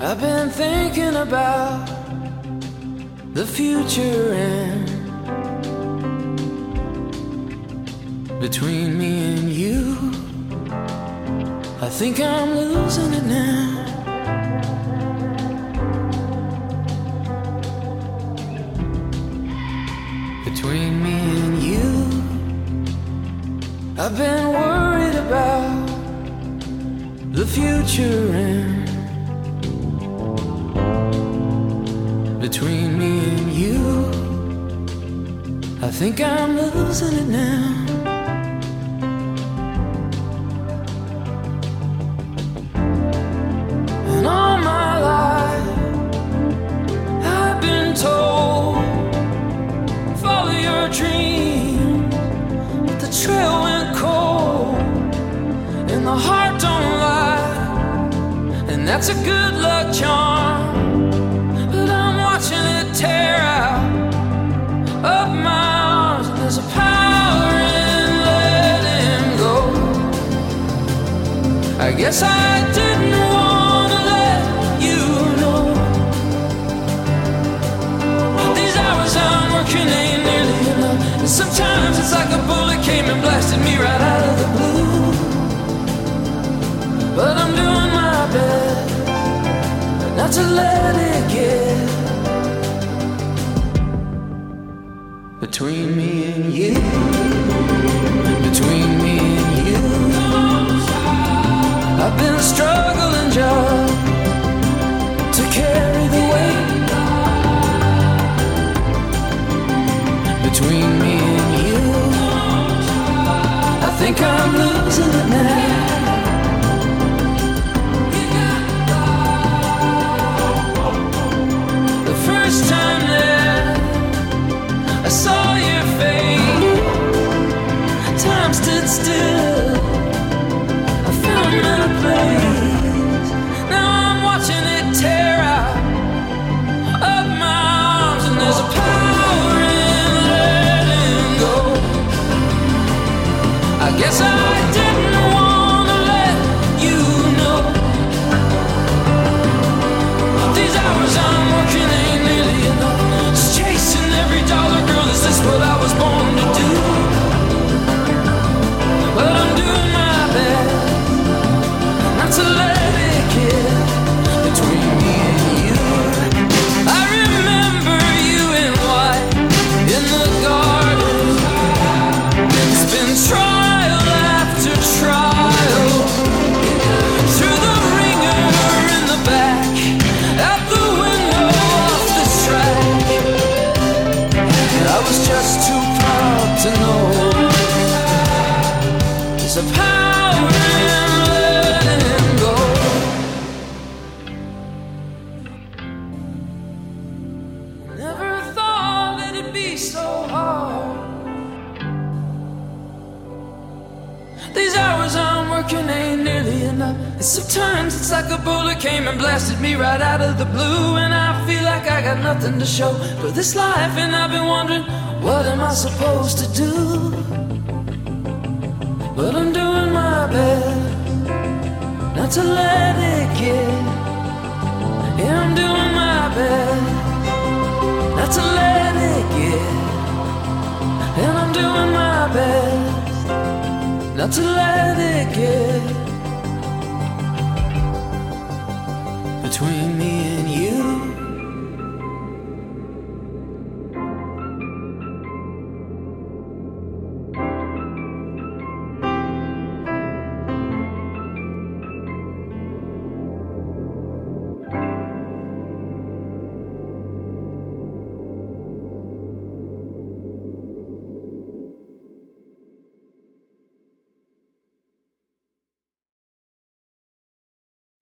F: I've been thinking about the future and between me and you, I think I'm losing it now. Between me and you, I've been worried about the future and between me and you I think I'm losing it now and all my life I've been told follow your dreams but the trail went cold and the heart don't lie, and that's a good luck charm. But I'm watching it tear out of my arms. There's a power in letting go. I guess I didn't wanna let you know. These hours I'm working ain't nearly enough, and sometimes it's like a bullet came and blasted me right out of the blue. But I'm doing my best not to let it get between me and you. Between me and you, I've been struggling just to carry the weight. Between me and you, I think I'm losing it now. The first time that I saw your face, time stood still. I found my place. Now I'm watching it tear out of my arms, and there's a power in letting go. I guess I didn't wanna let you know. These hours I'm working ain't nearly enough. Just chasing every dollar, girl. Is this what I was born to do? But I'm doing my best not to let it get between me and you. I remember you in white in the garden. It's been trial after trial through the ringer in the back, out the window off the track. And I was just too proud to know. There's a power in letting go. Never thought it'd be so hard. These hours I'm working ain't nearly enough. And sometimes it's like a bullet came and blasted me right out of the blue. And I feel like I got nothing to show for this life. And I've been wondering, what am I supposed to do? But I'm doing my best not to let it get. Yeah, I'm doing my best not to let it get. And I'm doing my best not to let it get between me and you.